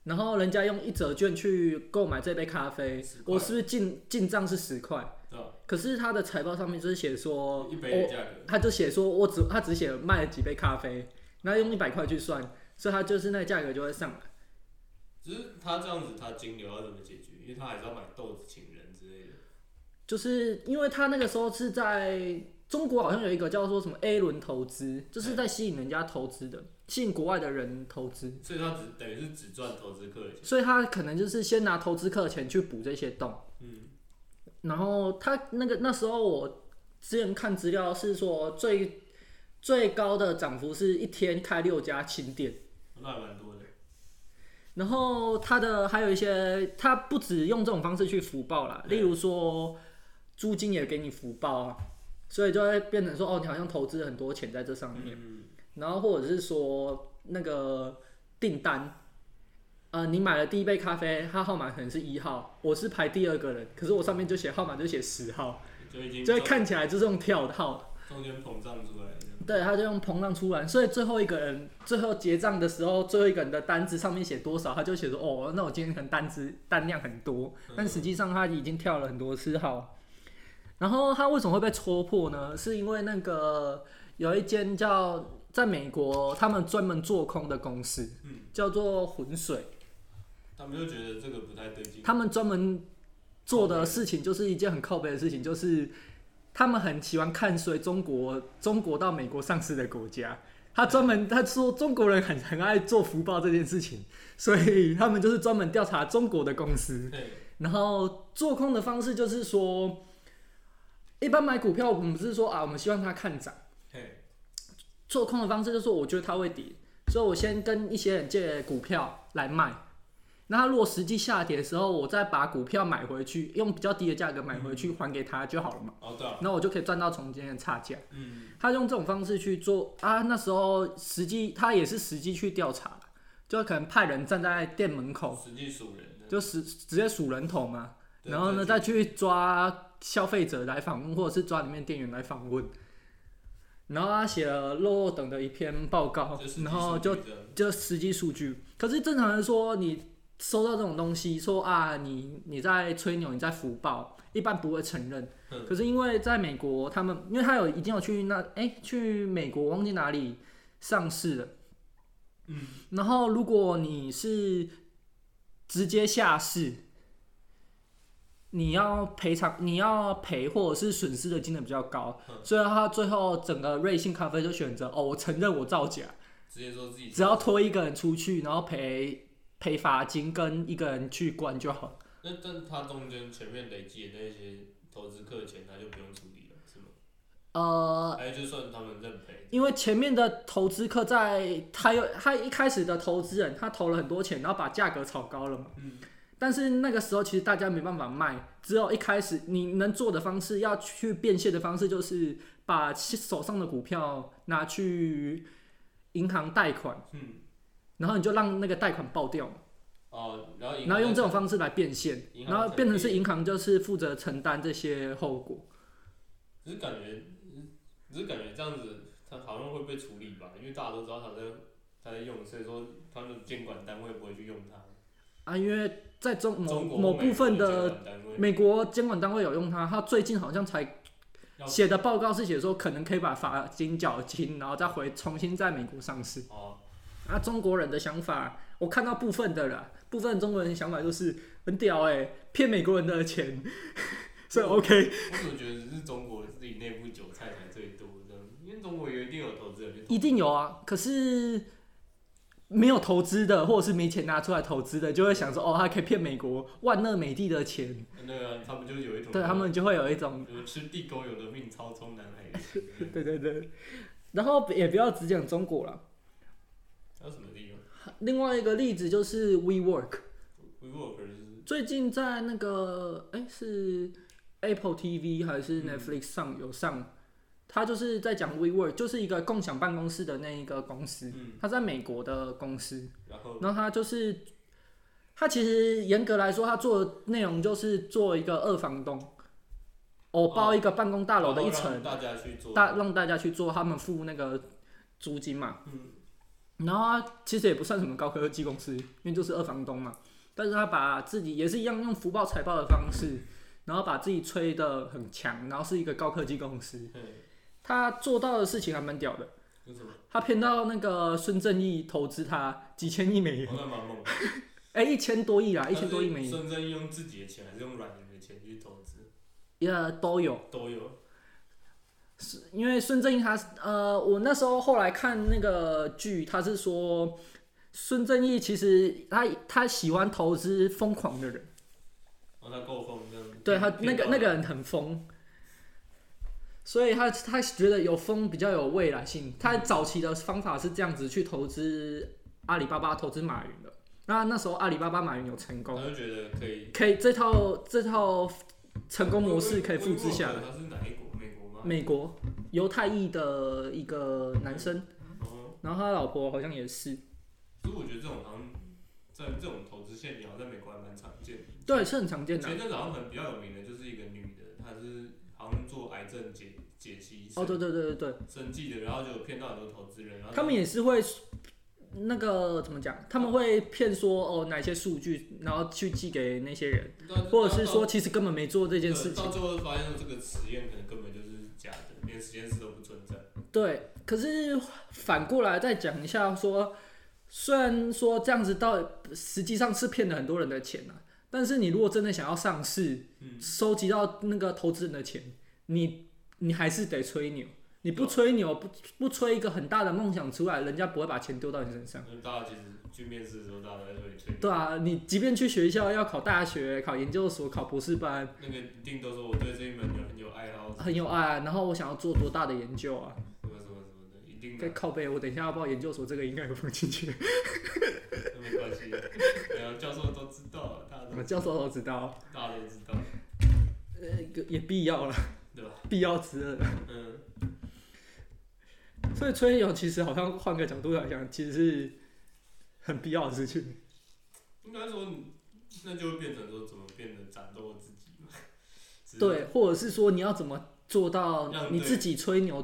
Speaker 1: 然后人家用一折券去购买这杯咖啡
Speaker 2: 10，块
Speaker 1: 我是不是进进账是十块？
Speaker 2: 对吧？
Speaker 1: 可是它的财报上面就是写说，
Speaker 2: 一
Speaker 1: 我
Speaker 2: 杯的价格，
Speaker 1: 他就写说我只他只写卖了几杯咖啡，那用一百块去算，所以他就是那价格就会上来。
Speaker 2: 只是他这样子，他金流要怎么解决？因为他还是要买豆子请人之类的。
Speaker 1: 就是因为他那个时候是在中国，好像有一个叫做什么 A 轮投资，就是在吸引人家投资的，吸引国外的人投资，
Speaker 2: 所以他只等于是只赚投资客的钱。
Speaker 1: 所以他可能就是先拿投资客的钱去补这些洞。
Speaker 2: 嗯，
Speaker 1: 然后他那个那时候我之前看资料是说最最高的涨幅是一天开六家新店。
Speaker 2: 那还蛮多的。
Speaker 1: 然后它的还有一些，它不止用这种方式去福报啦，例如说租金也给你福报啊，所以就会变成说哦，你好像投资很多钱在这上面，
Speaker 2: 嗯，
Speaker 1: 然后或者是说那个订单，呃，你买了第一杯咖啡，它号码可能是一号，我是排第二个人，可是我上面就写号码就写十号，
Speaker 2: 就已经
Speaker 1: 就会
Speaker 2: 中
Speaker 1: 看起来就是用跳号的，
Speaker 2: 中间膨胀出来了。
Speaker 1: 对，它就用膨胀出来，所以最后一个人最后结账的时候，最后一个人的单子上面写多少，他就写说哦，那我今天可能单子单量很多，
Speaker 2: 嗯
Speaker 1: 但实际上他已经跳了很多次号。然后他为什么会被戳破呢？是因为那个有一间叫在美国他们专门做空的公司，
Speaker 2: 嗯，
Speaker 1: 叫做浑水。
Speaker 2: 他们就觉得这个不太对劲。
Speaker 1: 他们专门做的事情就是一件很靠背的事情，就是他们很喜欢看衰中国，中国到美国上市的国家。他专门他说中国人很很爱做福报这件事情，所以他们就是专门调查中国的公司，
Speaker 2: 对，
Speaker 1: 然后做空的方式就是说，一般买股票我们不是说啊，我们希望它看涨。
Speaker 2: 嘿，
Speaker 1: 做空的方式就是我觉得它会跌，所以我先跟一些人借股票来卖。那它如果实际下跌的时候，我再把股票买回去，用比较低的价格买回去还给他就好了嘛。
Speaker 2: 哦对啊，
Speaker 1: 那我就可以赚到中间的差价。
Speaker 2: 嗯，
Speaker 1: 他用这种方式去做啊，那时候实际他也是实际去调查，就可能派人站在店门口，
Speaker 2: 实际数人的，
Speaker 1: 就实直接数人头嘛，
Speaker 2: 对
Speaker 1: 然后呢
Speaker 2: 这个
Speaker 1: 再去抓消费者来访问，或者是抓里面店员来访问。然后他写了漏等的一篇报告
Speaker 2: 就，是
Speaker 1: 哦然后就
Speaker 2: 技术的
Speaker 1: 就实际数据。可是正常人说，你收到这种东西，说啊你你在吹牛，你在福报，一般不会承认。
Speaker 2: 嗯
Speaker 1: 可是因为在美国，他们因为他有已经有去那哎、去美国忘记哪里上市了，
Speaker 2: 嗯，
Speaker 1: 然后如果你是直接下市，你要赔偿，你要赔或者是损失的金额比较高，
Speaker 2: 嗯
Speaker 1: 所以他最后整个瑞幸咖啡就选择哦，我承认我造假。
Speaker 2: 直接说自己
Speaker 1: 只要拖一个人出去，然后赔赔罚金跟一个人去关就好了。
Speaker 2: 那但他中间前面累积的那些投资客钱，他就不用处理了，是吗？
Speaker 1: 呃，
Speaker 2: 还有就算他们认赔，
Speaker 1: 因为前面的投资客在他有他一开始的投资人，他投了很多钱，然后把价格炒高了嘛。
Speaker 2: 嗯，
Speaker 1: 但是那个时候其实大家没办法卖，只有一开始你能做的方式，要去变现的方式就是把手上的股票拿去银行贷款，
Speaker 2: 嗯，
Speaker 1: 然后你就让那个贷款爆掉嘛，
Speaker 2: 哦，然后
Speaker 1: 然后用这种
Speaker 2: 方，
Speaker 1: 方式来变现，
Speaker 2: 银行
Speaker 1: 然后变成
Speaker 2: 承
Speaker 1: 是
Speaker 2: 接
Speaker 1: 银行就是负责承担这些后果。
Speaker 2: 只是感觉，只是感觉这样子，他好像会被处理吧，因为大家都知道他在他在用，所以说他们监管单位不会去用他。
Speaker 1: 啊，因为在中某
Speaker 2: 中国
Speaker 1: 某
Speaker 2: 或美
Speaker 1: 部分
Speaker 2: 国
Speaker 1: 的
Speaker 2: 监管单位
Speaker 1: 美国监管单位有用它，它最近好像才
Speaker 2: 要
Speaker 1: 写的报告是写说可能可以把罚金缴清，然后再回重新在美国上市。
Speaker 2: 哦，
Speaker 1: 啊，中国人的想法，我看到部分的啦，部分中国人的想法就是很屌哎、骗美国人的钱， <laughs> 所以 OK。
Speaker 2: 我怎么觉得只是中国自己内部韭菜才最多这样？因为中国也一定有投资人去投，
Speaker 1: 一定有啊，可是没有投资的，或者是没钱拿出来投资的，就会想说哦，他可以骗美国万恶美帝的钱，
Speaker 2: 那个啊他们就有一种
Speaker 1: 对他们就会有一种
Speaker 2: 有吃地沟油的命，超充南海的。
Speaker 1: 对对对，然后也不要只讲中国了。
Speaker 2: 还有什么地方
Speaker 1: 另外一个例子就是 WeWork，
Speaker 2: ？WeWork 就是
Speaker 1: 最近在那个哎是 Apple TV 还是
Speaker 2: 嗯
Speaker 1: Netflix 上有上，他就是在讲 WeWork，就是一个共享办公室的那一个公司，
Speaker 2: 嗯，
Speaker 1: 它在美国的公司，
Speaker 2: 然后
Speaker 1: 然后它就是，它其实严格来说，它做的内容就是做一个二房东，我包一个办公大楼的一层
Speaker 2: 哦然后让，大家去做，
Speaker 1: 大嗯让大家去做，他们付那个租金嘛。然后他其实也不算什么高科技公司，因为就是二房东嘛。但是他把自己也是一样用福报财报的方式，然后把自己吹得很强，然后是一个高科技公司。
Speaker 2: 嗯，
Speaker 1: 他做到的事情还蛮屌的，
Speaker 2: 有什么？
Speaker 1: 他骗到那个孙正义投资他几千亿美元，
Speaker 2: 我那蛮猛的，
Speaker 1: 哎，一千多亿啦，嗯一千多亿美元，
Speaker 2: 孙正义用自己的钱还是用软银的钱去投资，
Speaker 1: 也都有。
Speaker 2: 都有。
Speaker 1: 是因为孙正义他呃，我那时候后来看那个剧，他是说孙正义其实他他喜欢投资疯狂的人，
Speaker 2: 哦，他够疯这样子。
Speaker 1: 对他那个那
Speaker 2: 个，
Speaker 1: 个人很疯，所以他他觉得有疯比较有未来性。他早期的方法是这样子去投资阿里巴巴、投资马云的。那那时候阿里巴巴、马云有成功，
Speaker 2: 他就觉得可以。
Speaker 1: 可以这套这套成功模式可以复制下来。
Speaker 2: 来。他是哪一国？美国吗？
Speaker 1: 美国犹太裔的一个男生。
Speaker 2: 哦，
Speaker 1: 然后他老婆好像也是，
Speaker 2: 所以我觉得这种好像在这种投资线，你好像在美国还蛮常见的。
Speaker 1: 对，是很常见的啊。
Speaker 2: 前阵子好像很比较有名的就是一个女的，她是好像做癌症解解析医生
Speaker 1: 哦，对对对对对，
Speaker 2: 生计的，然后就骗到很多投资人，然后
Speaker 1: 他们也是会那个怎么讲？他们会骗说哦哪些数据，然后去寄给那些人，或者是说其实根本没做这
Speaker 2: 这
Speaker 1: 件事
Speaker 2: 到
Speaker 1: 情。
Speaker 2: 最后发现这个实验可能根本就是假的，连实验室都不存在。
Speaker 1: 对，可是反过来再讲一下说，虽然说这样子到实际上是骗了很多人的钱啊，但是你如果真的想要上市，
Speaker 2: 嗯，
Speaker 1: 收集到那个投资人的钱，你你还是得吹牛。你不吹牛，不不吹一个很大的梦想出来，人家不会把钱丢到你身上。
Speaker 2: 那大家其实去面试的时候，大家都在说你吹牛，
Speaker 1: 对啊，你即便去学校要考大学、考研究所、考博士班，
Speaker 2: 那个一定都说我对这一门有很有爱好，
Speaker 1: 很有爱，啊然后我想要做多大的研究啊？
Speaker 2: 什么什么什么的，一定
Speaker 1: 该
Speaker 2: 的，啊
Speaker 1: 靠背，我等一下要报研究所，这个应该有放进去。
Speaker 2: 那没
Speaker 1: <laughs>
Speaker 2: 关系，然后教授都知道，大家
Speaker 1: 我 <laughs>
Speaker 2: 都
Speaker 1: 教授都知道，
Speaker 2: 大家都知道，
Speaker 1: 呃，也必要了，
Speaker 2: 对吧？
Speaker 1: 必要之二。
Speaker 2: 嗯，
Speaker 1: 所以吹牛其实好像换个角度来讲，其实是很必要的事情。
Speaker 2: 应该说你，那就会变成说怎么变得展露自己嘛。 <laughs> 只是
Speaker 1: 对，或者是说你要怎么做到
Speaker 2: 让
Speaker 1: 你
Speaker 2: 对
Speaker 1: 自己吹牛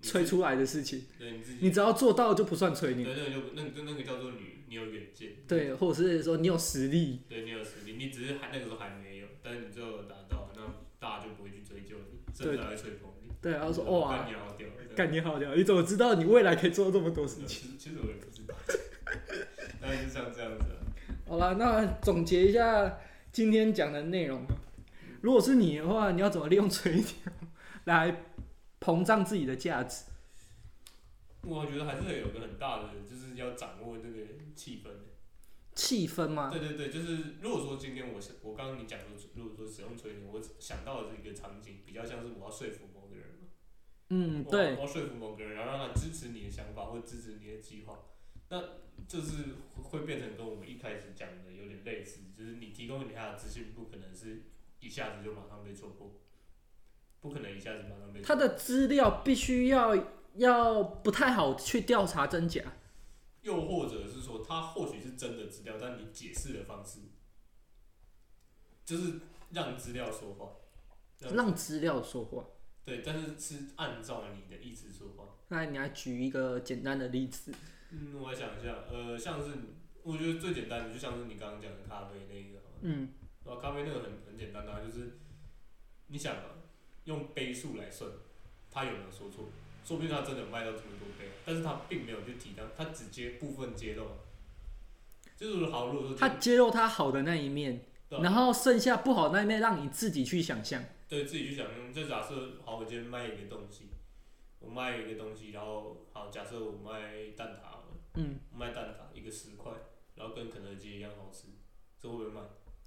Speaker 2: 你自
Speaker 1: 吹，出来的事情，
Speaker 2: 对你自己，
Speaker 1: 你只要做到就不算吹
Speaker 2: 对
Speaker 1: 牛。
Speaker 2: 那个就那个那个叫做你，你有远见，
Speaker 1: 对，或者是说你有实力，
Speaker 2: 对你有实力，你只是还那个时候还没有，但是你最后有达到，那大家就不会去追究你，甚
Speaker 1: 对
Speaker 2: 至还会吹捧你。
Speaker 1: 对，然后说
Speaker 2: 就是
Speaker 1: 哇
Speaker 2: 干，你好屌，这样
Speaker 1: 干你好屌，你怎么知道你未来可以做这么多事情？
Speaker 2: <laughs> 其实其实我也不知道，但是像这样子啊、
Speaker 1: 好了，那总结一下今天讲的内容吧。如果是你的话，你要怎么利用垂钓来膨胀自己的价值？
Speaker 2: 我觉得还是有个很大的，就是要掌握那个气氛。
Speaker 1: 气氛吗？
Speaker 2: 对对对，就是如果说今天我想，我刚刚你讲说，如果说使用吹牛，我想到的是一个场景，比较像是我要说服某个人嘛，
Speaker 1: 嗯，
Speaker 2: 我
Speaker 1: 对
Speaker 2: 我要说服某个人，然后让他支持你的想法或支持你的计划，那就是会变成跟我们一开始讲的有点类似，就是你提供给他的资讯不可能是一下子就马上被戳破，不可能一下子马上被
Speaker 1: 他
Speaker 2: 戳破
Speaker 1: 的资料必须要要不太好去调查真假。
Speaker 2: 又或者是说他或许是真的资料，但你解释的方式就是让资料说话。
Speaker 1: 让资料说话。
Speaker 2: 对，但是是按照你的意思说话。
Speaker 1: 那你来举一个简单的例子。
Speaker 2: 嗯，我来想一下，呃，像是我觉得最简单的，就像是你刚刚讲的咖啡那一个好了，
Speaker 1: 嗯，
Speaker 2: 然后咖啡那个很很简单的、啊，就是你想啊，用杯数来算，他有没有说错？说不定他真的有卖到这么多杯，啊但是他并没有去提到，他只接部分揭露啊。就是好，如果说
Speaker 1: 他揭露他好的那一面，
Speaker 2: 对
Speaker 1: 然后剩下不好那一面让你自己去想象。
Speaker 2: 对自己去想，嗯就假设好，我今天卖一个东西，我卖一个东西，然后好，假设我卖蛋挞好了。
Speaker 1: 嗯，
Speaker 2: 卖蛋挞一个十块，然后跟肯德基一样好吃，这会不会卖？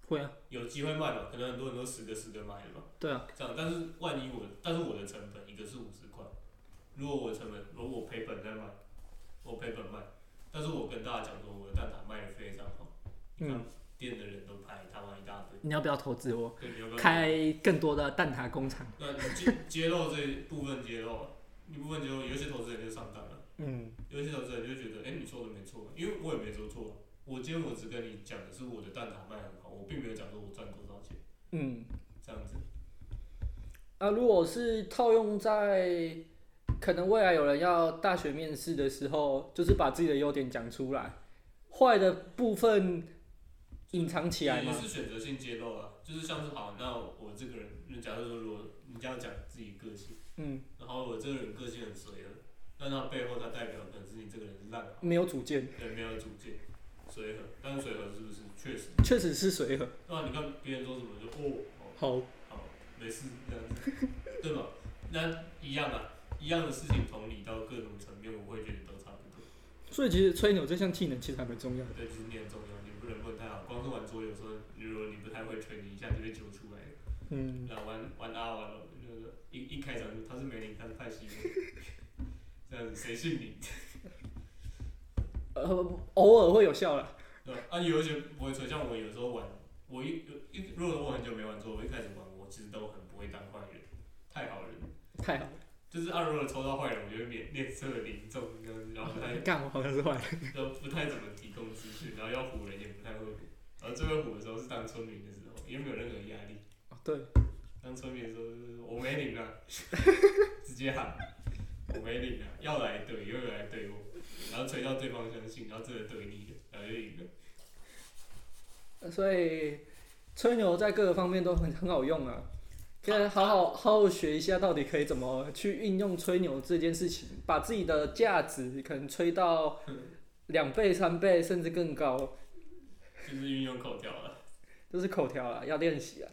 Speaker 1: 会啊，
Speaker 2: 有机会卖吧，可能很多人都十个十个买了嘛，
Speaker 1: 对啊，
Speaker 2: 这样。但是万一我，但是我的成本一个是五十块，如果我成本，如果我赔本再卖，我赔本卖，但是我跟大家讲说我的蛋挞卖的非常好，你看，店的人都排他妈一大堆。
Speaker 1: 你要不要投资我？
Speaker 2: 对，你要不要？
Speaker 1: 开更多的蛋挞工厂？
Speaker 2: 那你揭揭露这部分揭露，一部分揭露，有一些投资人就上当了，
Speaker 1: 嗯，
Speaker 2: 有一些投资人就觉得，哎、你说的没错，因为我也没说错啊，我今天我只跟你讲的是我的蛋挞卖很好，我并没有讲说我赚多少钱，
Speaker 1: 嗯，
Speaker 2: 这样子。
Speaker 1: 啊，如果是套用在可能未来有人要大学面试的时候，就是把自己的优点讲出来，坏的部分隐藏起来
Speaker 2: 也
Speaker 1: 嘛。
Speaker 2: 是选择性揭露啊，就是像是好，那我这个人，假设说如果你这样讲自己个性，
Speaker 1: 嗯，
Speaker 2: 然后我这个人个性很随和，那他背后他代表的可能是你这个人是烂好，
Speaker 1: 没有主见，
Speaker 2: 对，没有主见，随和，但是随和是不是确实？
Speaker 1: 确实是随和。
Speaker 2: 对啊，你看别人说什么就哦，哦
Speaker 1: 好，
Speaker 2: 好，没事这样子，对吧？那一样啊，一样的事情同理到各种层面，我会觉得都差不多。
Speaker 1: 所以其实吹牛这项技能其实还蛮重要的。
Speaker 2: 对，就是你很重要，你不能混太好，光是玩桌游，说如果你不太会吹，你一下就被揪出来了。
Speaker 1: 嗯，
Speaker 2: 那玩玩啊玩了，就是一一开场就他是梅林，他是派西蒙， <laughs> 这样子谁信你？
Speaker 1: 呃，偶尔会有效啦。
Speaker 2: 对吧？啊，有一些不会吹，像我有时候玩，我一一如果我很久没玩桌，我一开始玩，我其实都很不会当坏人，太好人了，
Speaker 1: 太好
Speaker 2: 就是啊，如果抽到坏人，我就会脸脸色凝重这样子，然后不太
Speaker 1: 了，干我好像是坏人。
Speaker 2: 都不太怎么提供资讯，然后要唬人也不太会唬，然后最会唬的时候是当村民的时候，因为没有任何压力。
Speaker 1: 哦对，
Speaker 2: 当村民的时候就是我没领
Speaker 1: <laughs>
Speaker 2: 啊，直接喊我没领啊，要来怼又来怼我，然后吹到对方相信，然后真的怼你了，然后就赢了。
Speaker 1: 呃所以吹牛在各个方面都很很好用啊。可以好好好好学一下，到底可以怎么去运用吹牛这件事情，把自己的价值可能吹到两倍、三倍，甚至更高，
Speaker 2: 就是运用口条了，
Speaker 1: 这是口条啊，要练习啊，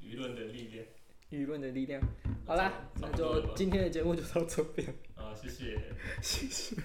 Speaker 2: 舆论的力量。
Speaker 1: 舆论的力量。好啦，
Speaker 2: 差
Speaker 1: 那
Speaker 2: 不多了
Speaker 1: 就
Speaker 2: 吧
Speaker 1: 今天的节目就到这边。
Speaker 2: 啊，谢谢。
Speaker 1: 谢谢。